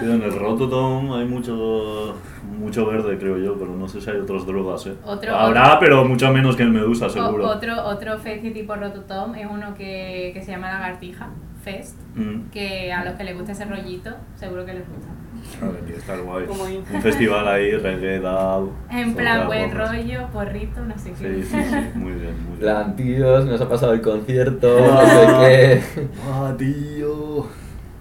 Speaker 2: Tío, en el Rototom hay mucho mucho verde, creo yo, pero no sé si hay otras drogas, ¿eh?
Speaker 3: Otro-
Speaker 2: Habrá, pero mucho menos que el Medusa,
Speaker 3: O-
Speaker 2: seguro.
Speaker 3: otro otro festi tipo Rototom es uno que, que se llama Lagartija Fest,
Speaker 2: Mm.
Speaker 3: que a los que les gusta ese rollito, seguro que les gusta.
Speaker 2: A ver, tío, está guay.
Speaker 4: Como yo.
Speaker 2: Un festival ahí, reggae, dub...
Speaker 3: En
Speaker 2: soltar
Speaker 3: plan buen
Speaker 2: cosas.
Speaker 3: rollo, porrito, no sé qué.
Speaker 2: Sí, sí, sí, muy bien, muy bien.
Speaker 1: Plan, tíos, nos ha pasado el concierto, no sé qué.
Speaker 2: Ah, tío.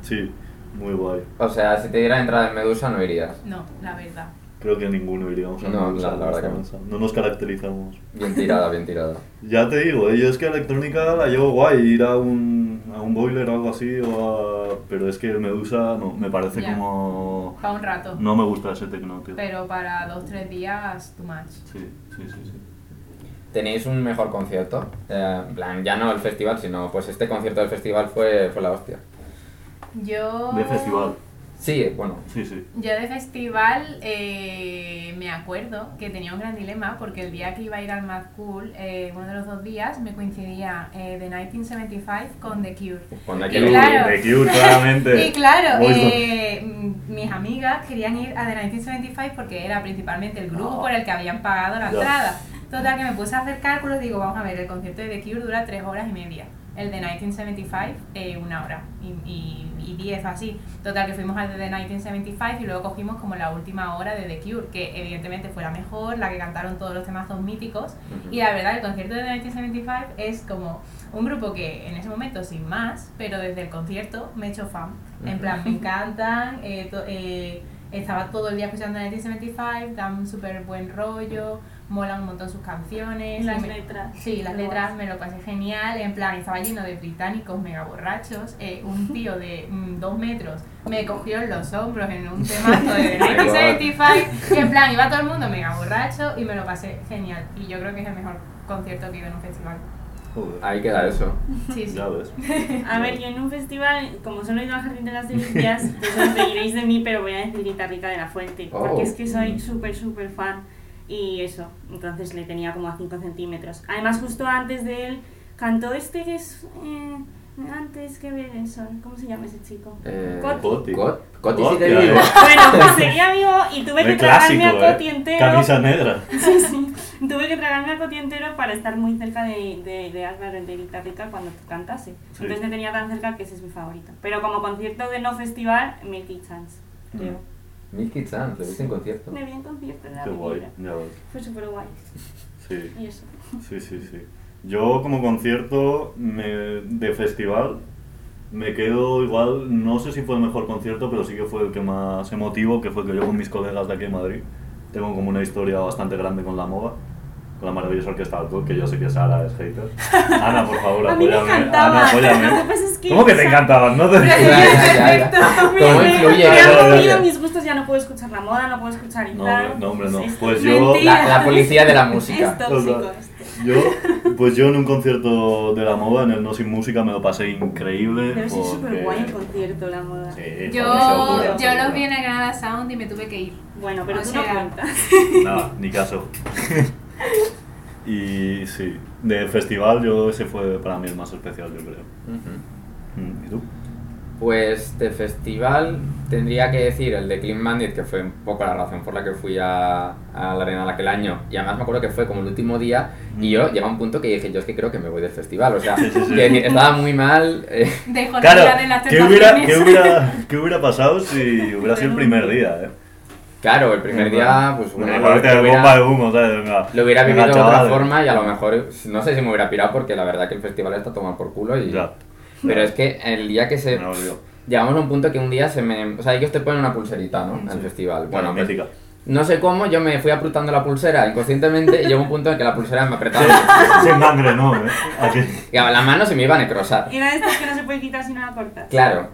Speaker 2: Sí, muy guay.
Speaker 1: O sea, si te diera entrada en Medusa no irías.
Speaker 3: No, la verdad.
Speaker 2: Creo que ninguno iríamos a
Speaker 1: No,
Speaker 2: Medusa,
Speaker 1: la- la verdad que no.
Speaker 2: Medusa. no nos caracterizamos.
Speaker 1: Bien tirada, bien tirada.
Speaker 2: Ya te digo, eh, yo es que electrónica la llevo guay, ir a un, a un boiler o algo así, o a- pero es que el Medusa no, me parece
Speaker 3: Ya.
Speaker 2: como...
Speaker 3: Para un rato.
Speaker 2: No me gusta ese tecno, tío.
Speaker 3: Pero para dos, tres días, too much.
Speaker 2: Sí, sí, sí, sí.
Speaker 1: ¿Tenéis un mejor concierto? Eh, en plan, ya no el festival, sino pues este concierto del festival fue, fue la hostia.
Speaker 3: Yo.
Speaker 2: De festival,
Speaker 1: Sí, bueno.
Speaker 2: sí, sí.
Speaker 3: Yo de festival eh, me acuerdo que tenía un gran dilema porque el día que iba a ir al Mad Cool, eh, uno de los dos días, me coincidía eh, The 1975 con The Cure.
Speaker 1: Cuando
Speaker 3: Y claro.
Speaker 2: De Cure, claramente.
Speaker 3: Y claro,
Speaker 2: Voy con-
Speaker 3: eh, mm, mis amigas querían ir a The 1975 porque era principalmente el grupo
Speaker 2: No.
Speaker 3: por el que habían pagado la
Speaker 2: Ya.
Speaker 3: entrada. Total, que me puse a hacer cálculos digo, vamos a ver, el concierto de The Cure dura tres horas y media. El de 1975, eh, una hora y, y, y diez o así. Total, que fuimos al de The 1975 y luego cogimos como la última hora de The Cure, que evidentemente fue la mejor, la que cantaron todos los temazos míticos. Y la verdad, el concierto de The 1975 es como un grupo que en ese momento sin más, pero desde el concierto me he hecho fan. En plan, me encantan, eh, to- eh, estaba todo el día escuchando The 1975, dan súper buen rollo, molan un montón sus
Speaker 4: Y
Speaker 3: canciones.
Speaker 4: las
Speaker 3: me-
Speaker 4: letras.
Speaker 3: Sí, las
Speaker 4: Qué
Speaker 3: letras
Speaker 4: guay.
Speaker 3: me lo pasé genial, en plan, estaba lleno de británicos mega borrachos, eh, un tío de mm, dos metros me cogió en los hombros en un temazo de
Speaker 1: Ay, guau.
Speaker 3: 1975, y en plan, iba todo el mundo mega borracho y me lo pasé genial, y yo creo que es el mejor concierto que he ido en un festival.
Speaker 2: Joder,
Speaker 1: Ahí queda eso.
Speaker 3: Sí, sí.
Speaker 2: ya ves.
Speaker 4: A ver, yo en un festival, como solo he ido al Jardín de las Delicias, pues os reiréis de mí, pero voy a decir Rita Rica de la Fuente,
Speaker 1: Oh.
Speaker 4: porque es que soy súper, súper fan y eso, entonces le tenía como a 5 centímetros. Además, justo antes de él cantó este que es... eh, Antes que ver el sol. ¿Cómo se llama ese chico?
Speaker 1: Eh,
Speaker 4: Coti.
Speaker 2: Coti.
Speaker 1: Cot- Coti
Speaker 2: Coti,
Speaker 1: sigue
Speaker 2: eh.
Speaker 1: vivo.
Speaker 4: Bueno, pues seguía vivo y tuve que
Speaker 2: El
Speaker 4: tragarme
Speaker 2: clásico,
Speaker 4: a Coti
Speaker 2: ¿eh?
Speaker 4: entero.
Speaker 2: Camisa negra.
Speaker 4: Sí, sí. Tuve que tragarme a Coti entero para estar muy cerca de, de, de Álvaro, el de Guitarrica, cuando cantase.
Speaker 2: Sí.
Speaker 4: Entonces le tenía tan cerca que ese es mi favorito. Pero como concierto de no festival, Milky Chance, creo.
Speaker 1: Milky Chance, lo viste en concierto.
Speaker 4: Me vi en concierto en la
Speaker 2: Oh. Qué guay.
Speaker 4: película.
Speaker 2: Ya ves.
Speaker 4: Fue súper guay.
Speaker 2: Sí.
Speaker 4: Y eso.
Speaker 2: Sí, sí, sí. Yo como concierto me- de festival me quedo igual, no sé si fue el mejor concierto, pero sí que fue el que más emotivo, que fue el que yo con mis colegas de aquí en Madrid. Tengo como una historia bastante grande con la MOVA, con la maravillosa orquesta Alcoy, que yo sé que Sara es hater. Ana, por favor,
Speaker 4: A mí me
Speaker 2: apóyame.
Speaker 4: encantaba.
Speaker 2: Ana, apóyame.
Speaker 4: Lo que pasa es que
Speaker 2: ¿Cómo que te
Speaker 4: esa-
Speaker 2: encantaban? No te
Speaker 1: Ya, ya, ya, ya.
Speaker 3: Perfecto,
Speaker 1: ¿Cómo
Speaker 4: Me-
Speaker 1: influye?
Speaker 4: me han
Speaker 2: ya, ya,
Speaker 4: comido
Speaker 2: ya.
Speaker 4: mis gustos, ya no puedo escuchar la moda, no puedo escuchar
Speaker 2: No,
Speaker 4: Italia.
Speaker 2: hombre, no, hombre, no.
Speaker 4: Es-
Speaker 2: Pues
Speaker 4: es
Speaker 2: yo-
Speaker 4: mentira.
Speaker 1: La, la policía de la
Speaker 4: Es
Speaker 1: música.
Speaker 4: tóxico.
Speaker 2: O sea,
Speaker 4: esto.
Speaker 2: Yo, pues yo en un concierto de la moda, en el No Sin Música, me lo pasé increíble.
Speaker 4: Debe ser súper guay el
Speaker 2: porque-
Speaker 4: concierto, la moda.
Speaker 2: Sí,
Speaker 3: Yo,
Speaker 2: joder,
Speaker 3: yo
Speaker 2: seguro,
Speaker 3: los
Speaker 2: seguro.
Speaker 3: vi en el Granada Sound y me tuve que ir.
Speaker 4: Bueno, pero
Speaker 3: O
Speaker 4: tú
Speaker 3: sea-
Speaker 4: no cuentas.
Speaker 2: Nada, ni caso. y sí, de festival yo ese fue para mí el más especial, yo creo.
Speaker 1: Ujú.
Speaker 2: Mm, ¿Y tú?
Speaker 1: Pues de festival tendría que decir el de Clean Bandit, que fue un poco la razón por la que fui a, a la arena aquel año. Y además me acuerdo que fue como el último día y yo llegaba a un punto que dije, yo es que creo que me voy del festival. O sea,
Speaker 2: Sí, sí, sí.
Speaker 1: quiero decir, estaba muy mal. eh,
Speaker 3: De jornada de
Speaker 2: Claro,
Speaker 3: las
Speaker 2: ¿qué hubiera, qué
Speaker 3: tentaciones.
Speaker 2: hubiera, qué hubiera pasado si hubiera sido el primer día? Eh?
Speaker 1: claro, el primer día, pues bueno,
Speaker 2: Una
Speaker 1: lo,
Speaker 2: parte
Speaker 1: lo
Speaker 2: de bomba de
Speaker 1: hubiera,
Speaker 2: humo, ¿sabes? Venga,
Speaker 1: lo hubiera
Speaker 2: venga,
Speaker 1: vivido de otra
Speaker 2: chavales.
Speaker 1: forma y a lo mejor, no sé si me hubiera pirado porque la verdad que el festival está tomado por culo. Y,
Speaker 2: Ya,
Speaker 1: Pero es que el día que se...
Speaker 2: me olvidó.
Speaker 1: Llegamos a un punto que un día se me... O sea, ellos te ponen una pulserita, ¿no? En el
Speaker 2: Sí.
Speaker 1: festival. Bueno,
Speaker 2: Bueno,
Speaker 1: pues,
Speaker 2: mítica.
Speaker 1: No sé cómo, yo me fui apretando la pulsera inconscientemente y llegó un punto en que la pulsera me apretaba.
Speaker 2: Sin sangre, no, ¿eh? Aquí.
Speaker 1: Y la mano se me iba a necrosar.
Speaker 4: Era de estos que no se puede quitar si no la cortas.
Speaker 1: Claro.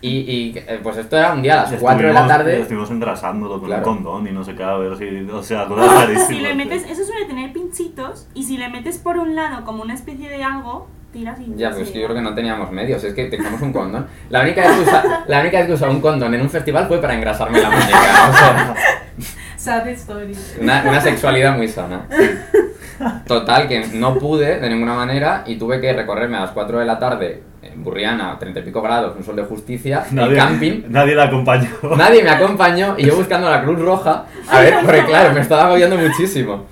Speaker 1: Y, y, eh, pues esto era un día a las 4 de la
Speaker 2: Estuvimos-
Speaker 1: tarde.
Speaker 2: Estuvimos engrasándolo con
Speaker 1: Claro.
Speaker 2: un condón y no sé qué, a ver si. O sea, cosas rarísimas.
Speaker 4: Si le
Speaker 2: tío.
Speaker 4: metes, eso suele tener pinchitos, y si le metes por un lado como una especie de algo, tiras y.
Speaker 1: Ya, pues que yo creo que no teníamos medios, es que teníamos un condón. La única vez que usa, la única vez que usaba un condón en un festival fue para engrasarme la muñeca. O sea,
Speaker 3: Sad story.
Speaker 1: una, una sexualidad muy sana. Total, que no pude de ninguna manera y tuve que recorrerme a las 4 de la tarde en Burriana, 30 y pico grados, un sol de justicia, en
Speaker 2: Nadie,
Speaker 1: camping.
Speaker 2: nadie la acompañó.
Speaker 1: Nadie me acompañó y yo buscando la Cruz Roja. A ver, porque claro, me estaba agobiando muchísimo.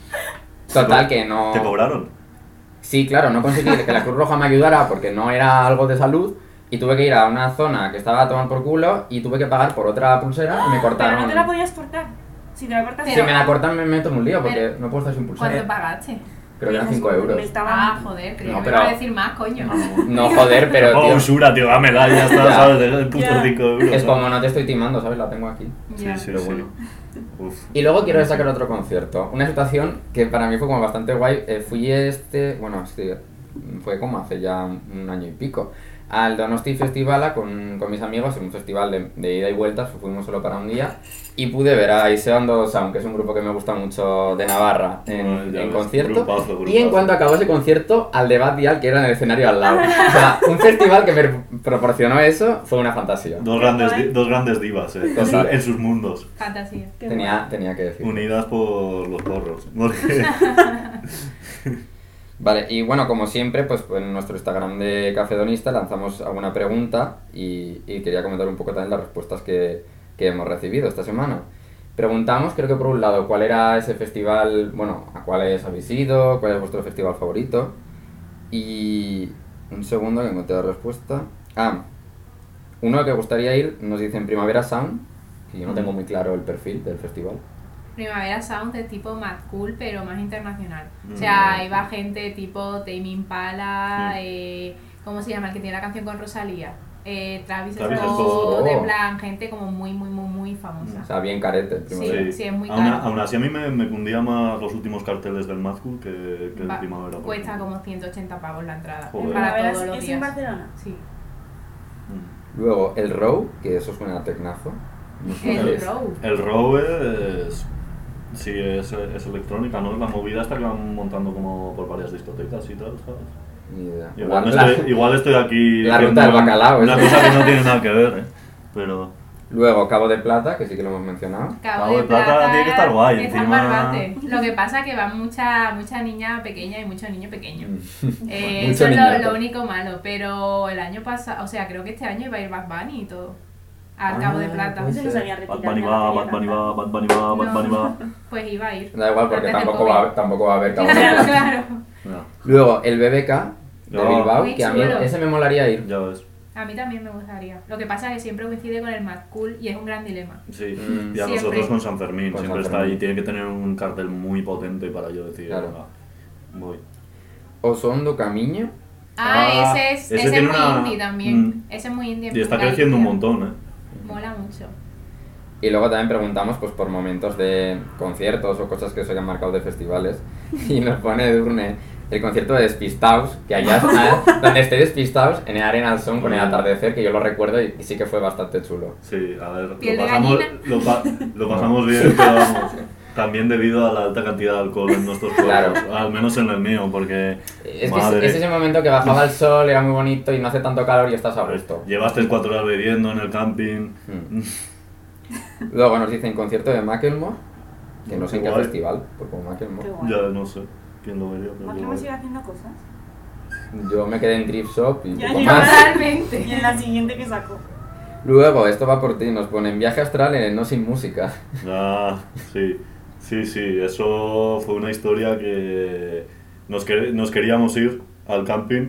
Speaker 1: Total, que no.
Speaker 2: ¿Te cobraron?
Speaker 1: Sí, claro, no conseguí que la Cruz Roja me ayudara porque no era algo de salud. Y tuve que ir a una zona que estaba a tomar por culo y tuve que pagar por otra pulsera y me
Speaker 4: Pero
Speaker 1: cortaron.
Speaker 4: no te la podías cortar. Si te la cortas,
Speaker 1: si
Speaker 3: pero-
Speaker 1: me la cortan me meto en un lío porque
Speaker 3: Pero-
Speaker 1: no puedo estar sin pulsera.
Speaker 3: ¿Cuánto pagaste?
Speaker 1: Creo que eran 5 euros.
Speaker 4: Me estaba-
Speaker 3: Ah, joder, creía
Speaker 1: No,
Speaker 3: que
Speaker 1: pero-
Speaker 3: me iba a decir más, coño.
Speaker 1: No, joder, pero
Speaker 2: Oh,
Speaker 1: tío.
Speaker 2: usura, tío, dámela, ya está,
Speaker 1: Ya.
Speaker 2: ¿sabes? El puto
Speaker 4: Ya.
Speaker 2: 5 euros.
Speaker 1: Es
Speaker 2: ¿sabes?
Speaker 1: como no te estoy timando, ¿sabes? La tengo aquí.
Speaker 3: Ya.
Speaker 2: Sí, sí,
Speaker 1: Pero
Speaker 2: sí.
Speaker 1: bueno.
Speaker 2: Uf.
Speaker 1: Y luego quiero destacar otro concierto. Una situación que para mí fue como bastante guay. Eh, fui este, bueno, es que fue como hace ya un año y pico, al Donosti Festivala con, con mis amigos, en un festival de, de ida y vuelta, fuimos solo para un día, y pude ver a Iseando Sound, que es un grupo que me gusta mucho de Navarra, en,
Speaker 2: Bueno, ya
Speaker 1: en
Speaker 2: ves,
Speaker 1: concierto.
Speaker 2: grupazo,
Speaker 1: Y en
Speaker 2: grupazo.
Speaker 1: cuanto acabó ese concierto, al de Bad Dial, que era en el escenario al lado. O sea, un festival que me proporcionó eso fue una fantasía.
Speaker 2: Dos grandes, di- dos grandes divas, eh, en, su-
Speaker 1: Total.
Speaker 2: en sus mundos,
Speaker 3: Fantasía.
Speaker 4: Qué
Speaker 1: Tenía, tenía que decir.
Speaker 2: unidas por los porros. Porque
Speaker 1: Vale, y bueno, como siempre, pues en nuestro Instagram de Cafedonista lanzamos alguna pregunta y, y quería comentar un poco también las respuestas que, que hemos recibido esta semana. Preguntamos, creo que por un lado, cuál era ese festival, bueno, a cuáles habéis ido, cuál es vuestro festival favorito. Y un segundo que encontré la respuesta. Ah, uno que gustaría ir nos dice en Primavera Sound, y yo no tengo muy claro el perfil del festival.
Speaker 3: Primavera Sound de tipo Mad Cool, pero más internacional. O
Speaker 2: Mm.
Speaker 3: sea, iba gente tipo Tame Impala,
Speaker 2: Mm.
Speaker 3: eh, ¿cómo se llama? El que tiene la canción con Rosalía. Eh, Travis,
Speaker 2: Travis
Speaker 3: Scott,
Speaker 1: Scott.
Speaker 3: en plan, gente como muy, muy, muy, muy
Speaker 2: Mm,
Speaker 3: famosa.
Speaker 1: O sea, bien carete, Primavera.
Speaker 3: Sí, sí, es muy
Speaker 2: aún, a-
Speaker 3: caro.
Speaker 2: aún así a mí me, me cundía más los últimos carteles del Mad Cool que, que el
Speaker 3: Va-
Speaker 2: Primavera. por
Speaker 3: cuesta
Speaker 2: ejemplo.
Speaker 3: como 180 pavos la entrada
Speaker 2: Joder.
Speaker 4: La
Speaker 3: para
Speaker 4: verdad
Speaker 3: todos
Speaker 4: es-
Speaker 3: los
Speaker 4: es en
Speaker 3: días.
Speaker 4: Barcelona.
Speaker 3: Sí.
Speaker 2: Mm.
Speaker 1: Luego el row, que eso suena a tecnazo. No sé qué
Speaker 3: El
Speaker 1: es.
Speaker 3: Row.
Speaker 2: El Rowe es... Sí, es, es electrónica, ¿no? Es la movida hasta que van montando como por varias discotecas y tal, ¿sabes?
Speaker 1: Ni idea.
Speaker 2: Igual,
Speaker 1: Guarda-
Speaker 2: estoy, igual estoy aquí.
Speaker 1: La
Speaker 2: diciendo
Speaker 1: ruta del bacalao,
Speaker 2: Una
Speaker 1: eso.
Speaker 2: cosa que no tiene nada que ver, ¿eh? Pero.
Speaker 1: Luego Cabo de Plata, que sí que lo hemos mencionado.
Speaker 3: Cabo,
Speaker 2: Cabo de Plata tiene que estar guay,
Speaker 3: es
Speaker 2: encima-
Speaker 3: Barbate. Lo que pasa es que van mucha, mucha niña pequeña y mucho niño pequeño. Eh,
Speaker 1: Mucho
Speaker 3: eso es
Speaker 1: niñato.
Speaker 3: lo, lo único malo. Pero el año pasado, o sea, creo que este año iba a ir Bad Bunny y todo. Al
Speaker 1: Ah,
Speaker 3: Cabo de Plata.
Speaker 1: pues-
Speaker 4: Eso no sabía retirar.
Speaker 2: Bad Bunny va, Bad Bunny va, Bad Bunny va, Bad Bunny va.
Speaker 3: Pues iba a ir.
Speaker 1: Da igual porque
Speaker 3: Antes del
Speaker 1: tampoco va, a haber- tampoco va a haber Cabo de
Speaker 3: Claro,
Speaker 1: Plata.
Speaker 3: claro.
Speaker 2: No,
Speaker 1: Luego el BBK de
Speaker 2: No.
Speaker 1: Bilbao,
Speaker 3: Uy,
Speaker 1: que a mí
Speaker 3: chulo.
Speaker 1: ese me molaría ir.
Speaker 2: ya ves.
Speaker 3: A mí también me gustaría. Lo que pasa es que siempre coincide con el Mad Cool y es un gran dilema.
Speaker 2: Sí,
Speaker 1: Mm.
Speaker 2: y a
Speaker 3: Siempre.
Speaker 2: nosotros con San Fermín,
Speaker 1: Con
Speaker 2: siempre
Speaker 1: San
Speaker 2: está
Speaker 1: Fermín.
Speaker 2: ahí, tiene que tener un cartel muy potente para yo decir,
Speaker 1: Claro.
Speaker 2: venga, voy.
Speaker 1: Osondo Camiño.
Speaker 3: Ah,
Speaker 2: Ah,
Speaker 3: ese es,
Speaker 2: ese
Speaker 3: ese es
Speaker 2: tiene
Speaker 3: muy
Speaker 2: una-
Speaker 3: indie también.
Speaker 2: Mm.
Speaker 3: Ese es muy indie. en
Speaker 2: Y está
Speaker 3: Galicia.
Speaker 2: creciendo un montón, ¿eh?
Speaker 3: Mola mucho.
Speaker 1: Y luego también preguntamos pues, por momentos de conciertos o cosas que se hayan marcado de festivales. Y nos pone Durne el concierto de Despistaos, que allá está, donde esté Despistaos, en el Arenal Son con el atardecer, que yo lo recuerdo y, y sí que fue bastante chulo.
Speaker 2: Sí, a ver,
Speaker 3: Piel
Speaker 2: lo
Speaker 3: de
Speaker 2: pasamos,
Speaker 3: gallina.
Speaker 2: lo, pa- lo pasamos bien, pero vamos, también debido a la alta cantidad de alcohol en nuestros cuerpos,
Speaker 1: Claro.
Speaker 2: al menos en el mío, porque
Speaker 1: Es que es,
Speaker 2: madre,
Speaker 1: es ese momento que bajaba el sol, era muy bonito y no hace tanto calor y estás a gusto.
Speaker 2: llevaste cuatro horas bebiendo en el camping,
Speaker 1: Mm. Luego nos dicen concierto de Macklemore, que no sé en qué
Speaker 2: Igual.
Speaker 1: festival, pues como Macklemore.
Speaker 4: Qué guay.
Speaker 2: ya no sé quién lo vería, pero
Speaker 4: ¿Por qué
Speaker 2: yo-
Speaker 4: hemos ido haciendo cosas?
Speaker 1: Yo me quedé en Trip Shop y
Speaker 4: Ya
Speaker 1: poco
Speaker 4: llegaba.
Speaker 1: más.
Speaker 3: Totalmente.
Speaker 4: Y en la siguiente que sacó.
Speaker 1: Luego, esto va por ti, nos ponen viaje astral en el No Sin Música.
Speaker 2: Ah, sí, sí, sí, eso fue una historia que nos, que- nos queríamos ir al camping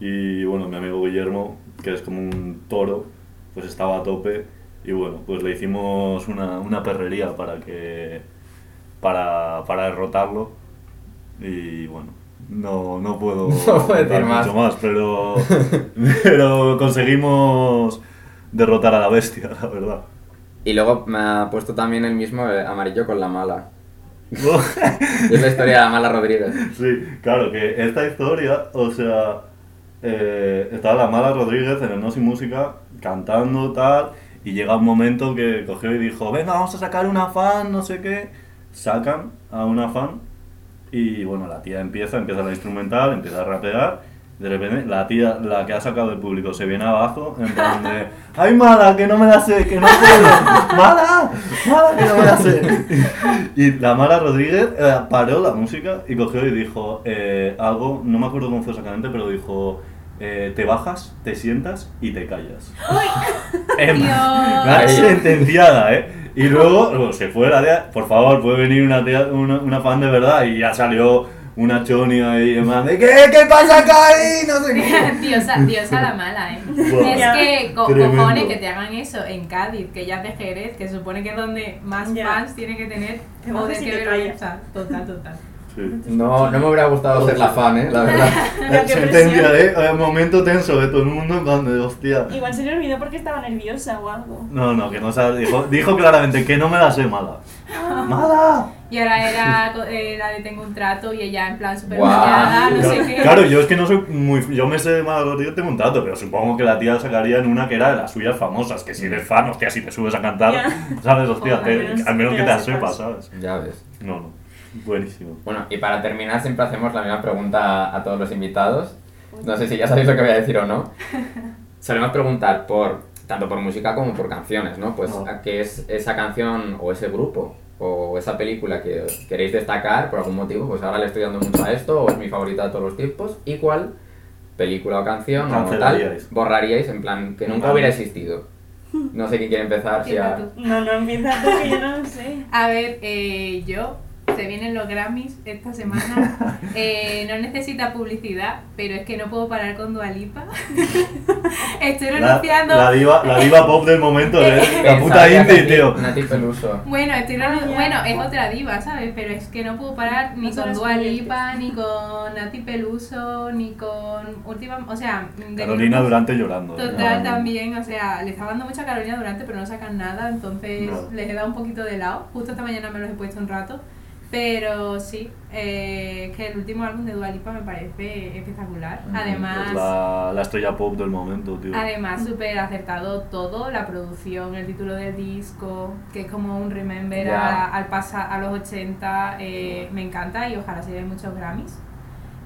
Speaker 2: y bueno, mi amigo Guillermo, que es como un toro, pues estaba a tope y bueno, pues le hicimos una, una perrería para que para, para derrotarlo y bueno, no, no puedo
Speaker 1: No puedo decir
Speaker 2: contar
Speaker 1: más.
Speaker 2: mucho más, pero, pero conseguimos derrotar a la bestia, la verdad.
Speaker 1: Y luego me ha puesto también el mismo eh, amarillo con la mala. Y es la historia de la mala Rodríguez.
Speaker 2: Sí, claro, que esta historia, o sea, eh, estaba la mala Rodríguez en el No Sin Música cantando tal, y llega un momento que cogió y dijo, venga, vamos a sacar una fan, no sé qué. Sacan a una fan y bueno, la tía empieza, empieza la instrumental, empieza a rapear. De repente, la tía, la que ha sacado del público, se viene abajo en plan de ¡Ay, mala, que no me la sé, que no puedo! ¡Mala! ¡Mala, que no me la sé! Y la mala Rodríguez eh, paró la música y cogió y dijo eh, algo, no me acuerdo cómo fue exactamente, pero dijo eh, te bajas, te sientas y te callas. Em, la
Speaker 1: Dios.
Speaker 2: sentenciada, ¿eh? Y luego bueno, se fue la tía, por favor, puede venir una, tía- una, una fan de verdad y ya salió una chonia ahí en plan de ¿Qué, ¿Qué pasa acá ahí? No sé qué.
Speaker 3: Diosa, diosa la mala, ¿eh?
Speaker 2: Wow.
Speaker 3: Es que co-
Speaker 2: Tremendo.
Speaker 3: cojones que te hagan eso en Cádiz, que ya es de Jerez, que supone que es donde más
Speaker 4: Ya.
Speaker 3: fans tiene que tener.
Speaker 4: Te
Speaker 3: Joder,
Speaker 4: bajas y
Speaker 3: qué
Speaker 4: te
Speaker 3: vergüenza. Total, total.
Speaker 2: Sí.
Speaker 1: No, no me hubiera gustado ser la fan, eh, la verdad.
Speaker 4: Pero qué
Speaker 2: Sentencia,
Speaker 4: presión.
Speaker 2: ¿eh? Eh, Momento tenso de todo el mundo en plan de hostia.
Speaker 4: Igual se le olvidó porque estaba nerviosa o algo.
Speaker 2: No, no, que no sabe. Dijo, dijo claramente que no me la sé mala.
Speaker 3: Ah.
Speaker 2: ¡Mala!
Speaker 3: Y ahora era co- eh, la de Tengo un trato y ella en plan super
Speaker 1: Guau.
Speaker 3: mañada, Ah, no sé
Speaker 2: Claro,
Speaker 3: qué.
Speaker 2: claro, yo es que no soy muy. Yo me sé de mala Rodríguez, tengo un trato, pero supongo que la tía sacaría en una que era de las suyas famosas. Que si eres fan, hostia, si te subes a cantar,
Speaker 4: Ya.
Speaker 2: ¿sabes? Hostia,
Speaker 4: Joder,
Speaker 2: te-
Speaker 4: al menos
Speaker 2: al menos
Speaker 4: te
Speaker 2: que te
Speaker 4: la
Speaker 2: la sepas,
Speaker 4: sepas.
Speaker 2: ¿sabes?
Speaker 1: Ya ves.
Speaker 2: No, no. Buenísimo.
Speaker 1: Bueno, y para terminar siempre hacemos la misma pregunta a todos los invitados. No sé si ya sabéis lo que voy a decir o no. Solemos preguntar por tanto por música como por canciones, ¿no? Pues
Speaker 2: Ah.
Speaker 1: a qué es esa canción o ese grupo o esa película que queréis destacar por algún motivo, pues ahora le estoy dando mucho a esto o es mi favorita de todos los tiempos y cuál película o canción o tal
Speaker 2: Cancelaríais.
Speaker 1: borraríais en plan que nunca
Speaker 2: Vale.
Speaker 1: hubiera existido. No sé quién quiere empezar, si
Speaker 3: Empieza
Speaker 1: a-
Speaker 3: tú.
Speaker 4: No, no empieza tú que yo no lo sé.
Speaker 3: A ver, eh, yo, se vienen los Grammys esta semana. Eh, no necesita publicidad, pero es que no puedo parar con Dualipa. Estoy
Speaker 2: La,
Speaker 3: renunciando.
Speaker 2: la diva, la diva pop del momento, ¿eh? La
Speaker 1: Pensaba
Speaker 2: puta
Speaker 1: que
Speaker 2: indie,
Speaker 1: Nati-
Speaker 2: tío.
Speaker 1: Nati Peluso.
Speaker 3: Bueno, estoy
Speaker 4: Ah,
Speaker 3: renun-
Speaker 4: ya.
Speaker 3: bueno, es otra diva, ¿sabes? Pero es que no puedo parar ni
Speaker 4: No son
Speaker 3: con
Speaker 4: las
Speaker 3: Dua Lipa, ni con Nati Peluso, ni con última, o sea, de
Speaker 2: Carolina Durante llorando. ¿eh?
Speaker 3: Total también, o sea, le está dando mucha Carolina Durante, pero no sacan nada, entonces
Speaker 2: No.
Speaker 3: les he dado un poquito de lado. Justo esta mañana me los he puesto un rato, pero sí, eh, que el último álbum de Dualipa me parece espectacular.
Speaker 1: Ujú,
Speaker 2: Es
Speaker 3: Además,
Speaker 2: la, la estrella pop del momento, tío.
Speaker 3: Además, súper acertado todo, la producción, el título del disco, que es como un remember
Speaker 1: Ya.
Speaker 3: a- al pasar a los 80, eh, me encanta y ojalá se den muchos Grammys.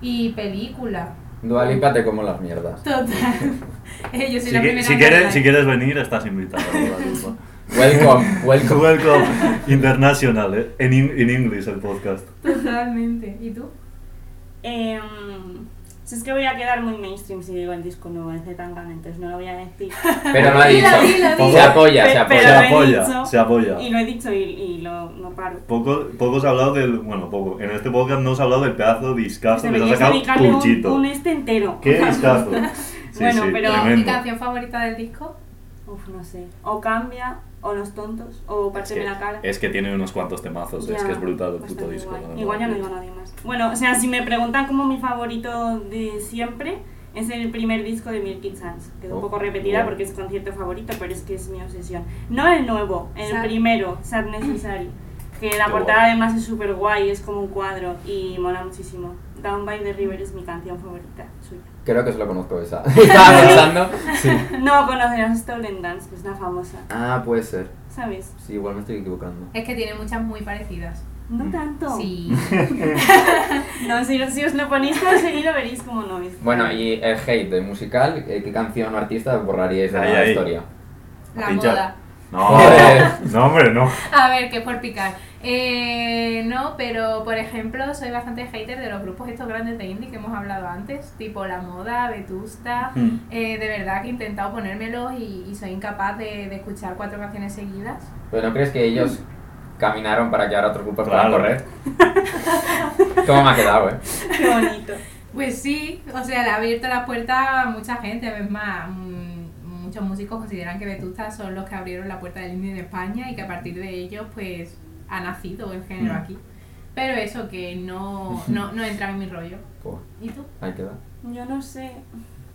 Speaker 3: Y película,
Speaker 1: Dua Lipa te como las mierdas.
Speaker 3: total. Eh, Yo
Speaker 2: Si,
Speaker 3: soy la
Speaker 2: que-
Speaker 3: primera
Speaker 4: pues
Speaker 2: si
Speaker 3: en
Speaker 2: quieres,
Speaker 3: hablar.
Speaker 2: si quieres venir, estás invitada. Dua Lipa.
Speaker 1: Welcome, welcome.
Speaker 2: Welcome International, eh. En in, in English el podcast.
Speaker 3: Totalmente. ¿Y tú?
Speaker 4: Em, si es que voy a quedar muy mainstream si digo el disco nuevo es de Tangana, entonces no lo voy a decir.
Speaker 1: Pero lo ha dicho.
Speaker 3: Dila, dila,
Speaker 2: dila.
Speaker 1: Se apoya, se
Speaker 4: Pe-
Speaker 2: Se
Speaker 1: apoya.
Speaker 4: pero lo he
Speaker 2: apoya,
Speaker 4: dicho.
Speaker 2: se apoya.
Speaker 4: Y lo he dicho y, y lo, no paro.
Speaker 2: Poco, poco se ha hablado del. Bueno, poco. En este podcast no se ha hablado del pedazo de discazo que se ha
Speaker 4: Deberías
Speaker 2: sacado
Speaker 4: dedicarle un,
Speaker 2: Puchito.
Speaker 4: un este entero.
Speaker 2: ¿Qué discazo? Sí,
Speaker 4: Bueno,
Speaker 2: sí,
Speaker 4: pero-
Speaker 3: ¿Mi
Speaker 2: tremendo.
Speaker 3: canción favorita del disco?
Speaker 4: Uf, no sé. O cambia, o los tontos, o
Speaker 2: Es
Speaker 4: parte
Speaker 2: que,
Speaker 4: la cara.
Speaker 2: es que tiene unos cuantos temazos, es
Speaker 4: Ya,
Speaker 2: que es brutal el puto
Speaker 4: bastante
Speaker 2: disco.
Speaker 4: guay.
Speaker 2: la verdad.
Speaker 4: Igual ya no digo nadie más. Bueno, o sea, si me preguntan como mi favorito de siempre, es el primer disco de Milky Chance. Quedó
Speaker 1: Oh,
Speaker 4: un poco repetida
Speaker 2: wow.
Speaker 4: porque es concierto favorito, pero es que es mi obsesión. No el nuevo, el
Speaker 3: Sad.
Speaker 4: primero, Sad Necessary. Que la
Speaker 2: Qué
Speaker 4: portada
Speaker 2: guay.
Speaker 4: además es súper guay, es como un cuadro y mola muchísimo. Down by the River es mi canción favorita suya.
Speaker 1: Creo que solo conozco esa. Estaba pensando. Sí.
Speaker 4: No conocerás Stolen Dance, que es la famosa.
Speaker 1: Ah, puede ser.
Speaker 4: ¿Sabes?
Speaker 1: Sí, igual me estoy equivocando.
Speaker 3: Es que tiene muchas muy parecidas.
Speaker 4: No tanto.
Speaker 3: Mm. Sí.
Speaker 4: No, si, si os lo ponéis todo seguido veréis como no es.
Speaker 1: Bueno, y el hate del musical, eh, ¿qué canción o artista borraríais de
Speaker 2: Ahí,
Speaker 1: la
Speaker 2: ahí.
Speaker 1: historia?
Speaker 3: La
Speaker 2: Pinchar.
Speaker 3: moda.
Speaker 2: No,
Speaker 1: Joder.
Speaker 2: no, hombre, no.
Speaker 3: A ver, que es por picar. Eh, no, pero por ejemplo, soy bastante hater de los grupos estos grandes de indie que hemos hablado antes, tipo La Moda, Vetusta.
Speaker 2: Hmm.
Speaker 3: Eh, de verdad que he intentado ponérmelos y, y soy incapaz de, de escuchar cuatro canciones seguidas.
Speaker 1: ¿Pero no crees que ellos caminaron para que ahora otros grupos puedan
Speaker 2: Claro.
Speaker 1: correr? ¿Cómo me ha quedado, eh?
Speaker 4: Qué bonito.
Speaker 3: Pues sí, o sea, le ha abierto la puerta a mucha gente. Es más, mm, muchos músicos consideran que Vetusta son los que abrieron la puerta del indie en España y que a partir de ellos, pues, ha nacido el género
Speaker 2: Mm.
Speaker 3: aquí. Pero eso que no, no, no entra en mi rollo.
Speaker 1: Pues,
Speaker 3: ¿Y tú?
Speaker 1: ahí queda.
Speaker 4: Yo no sé,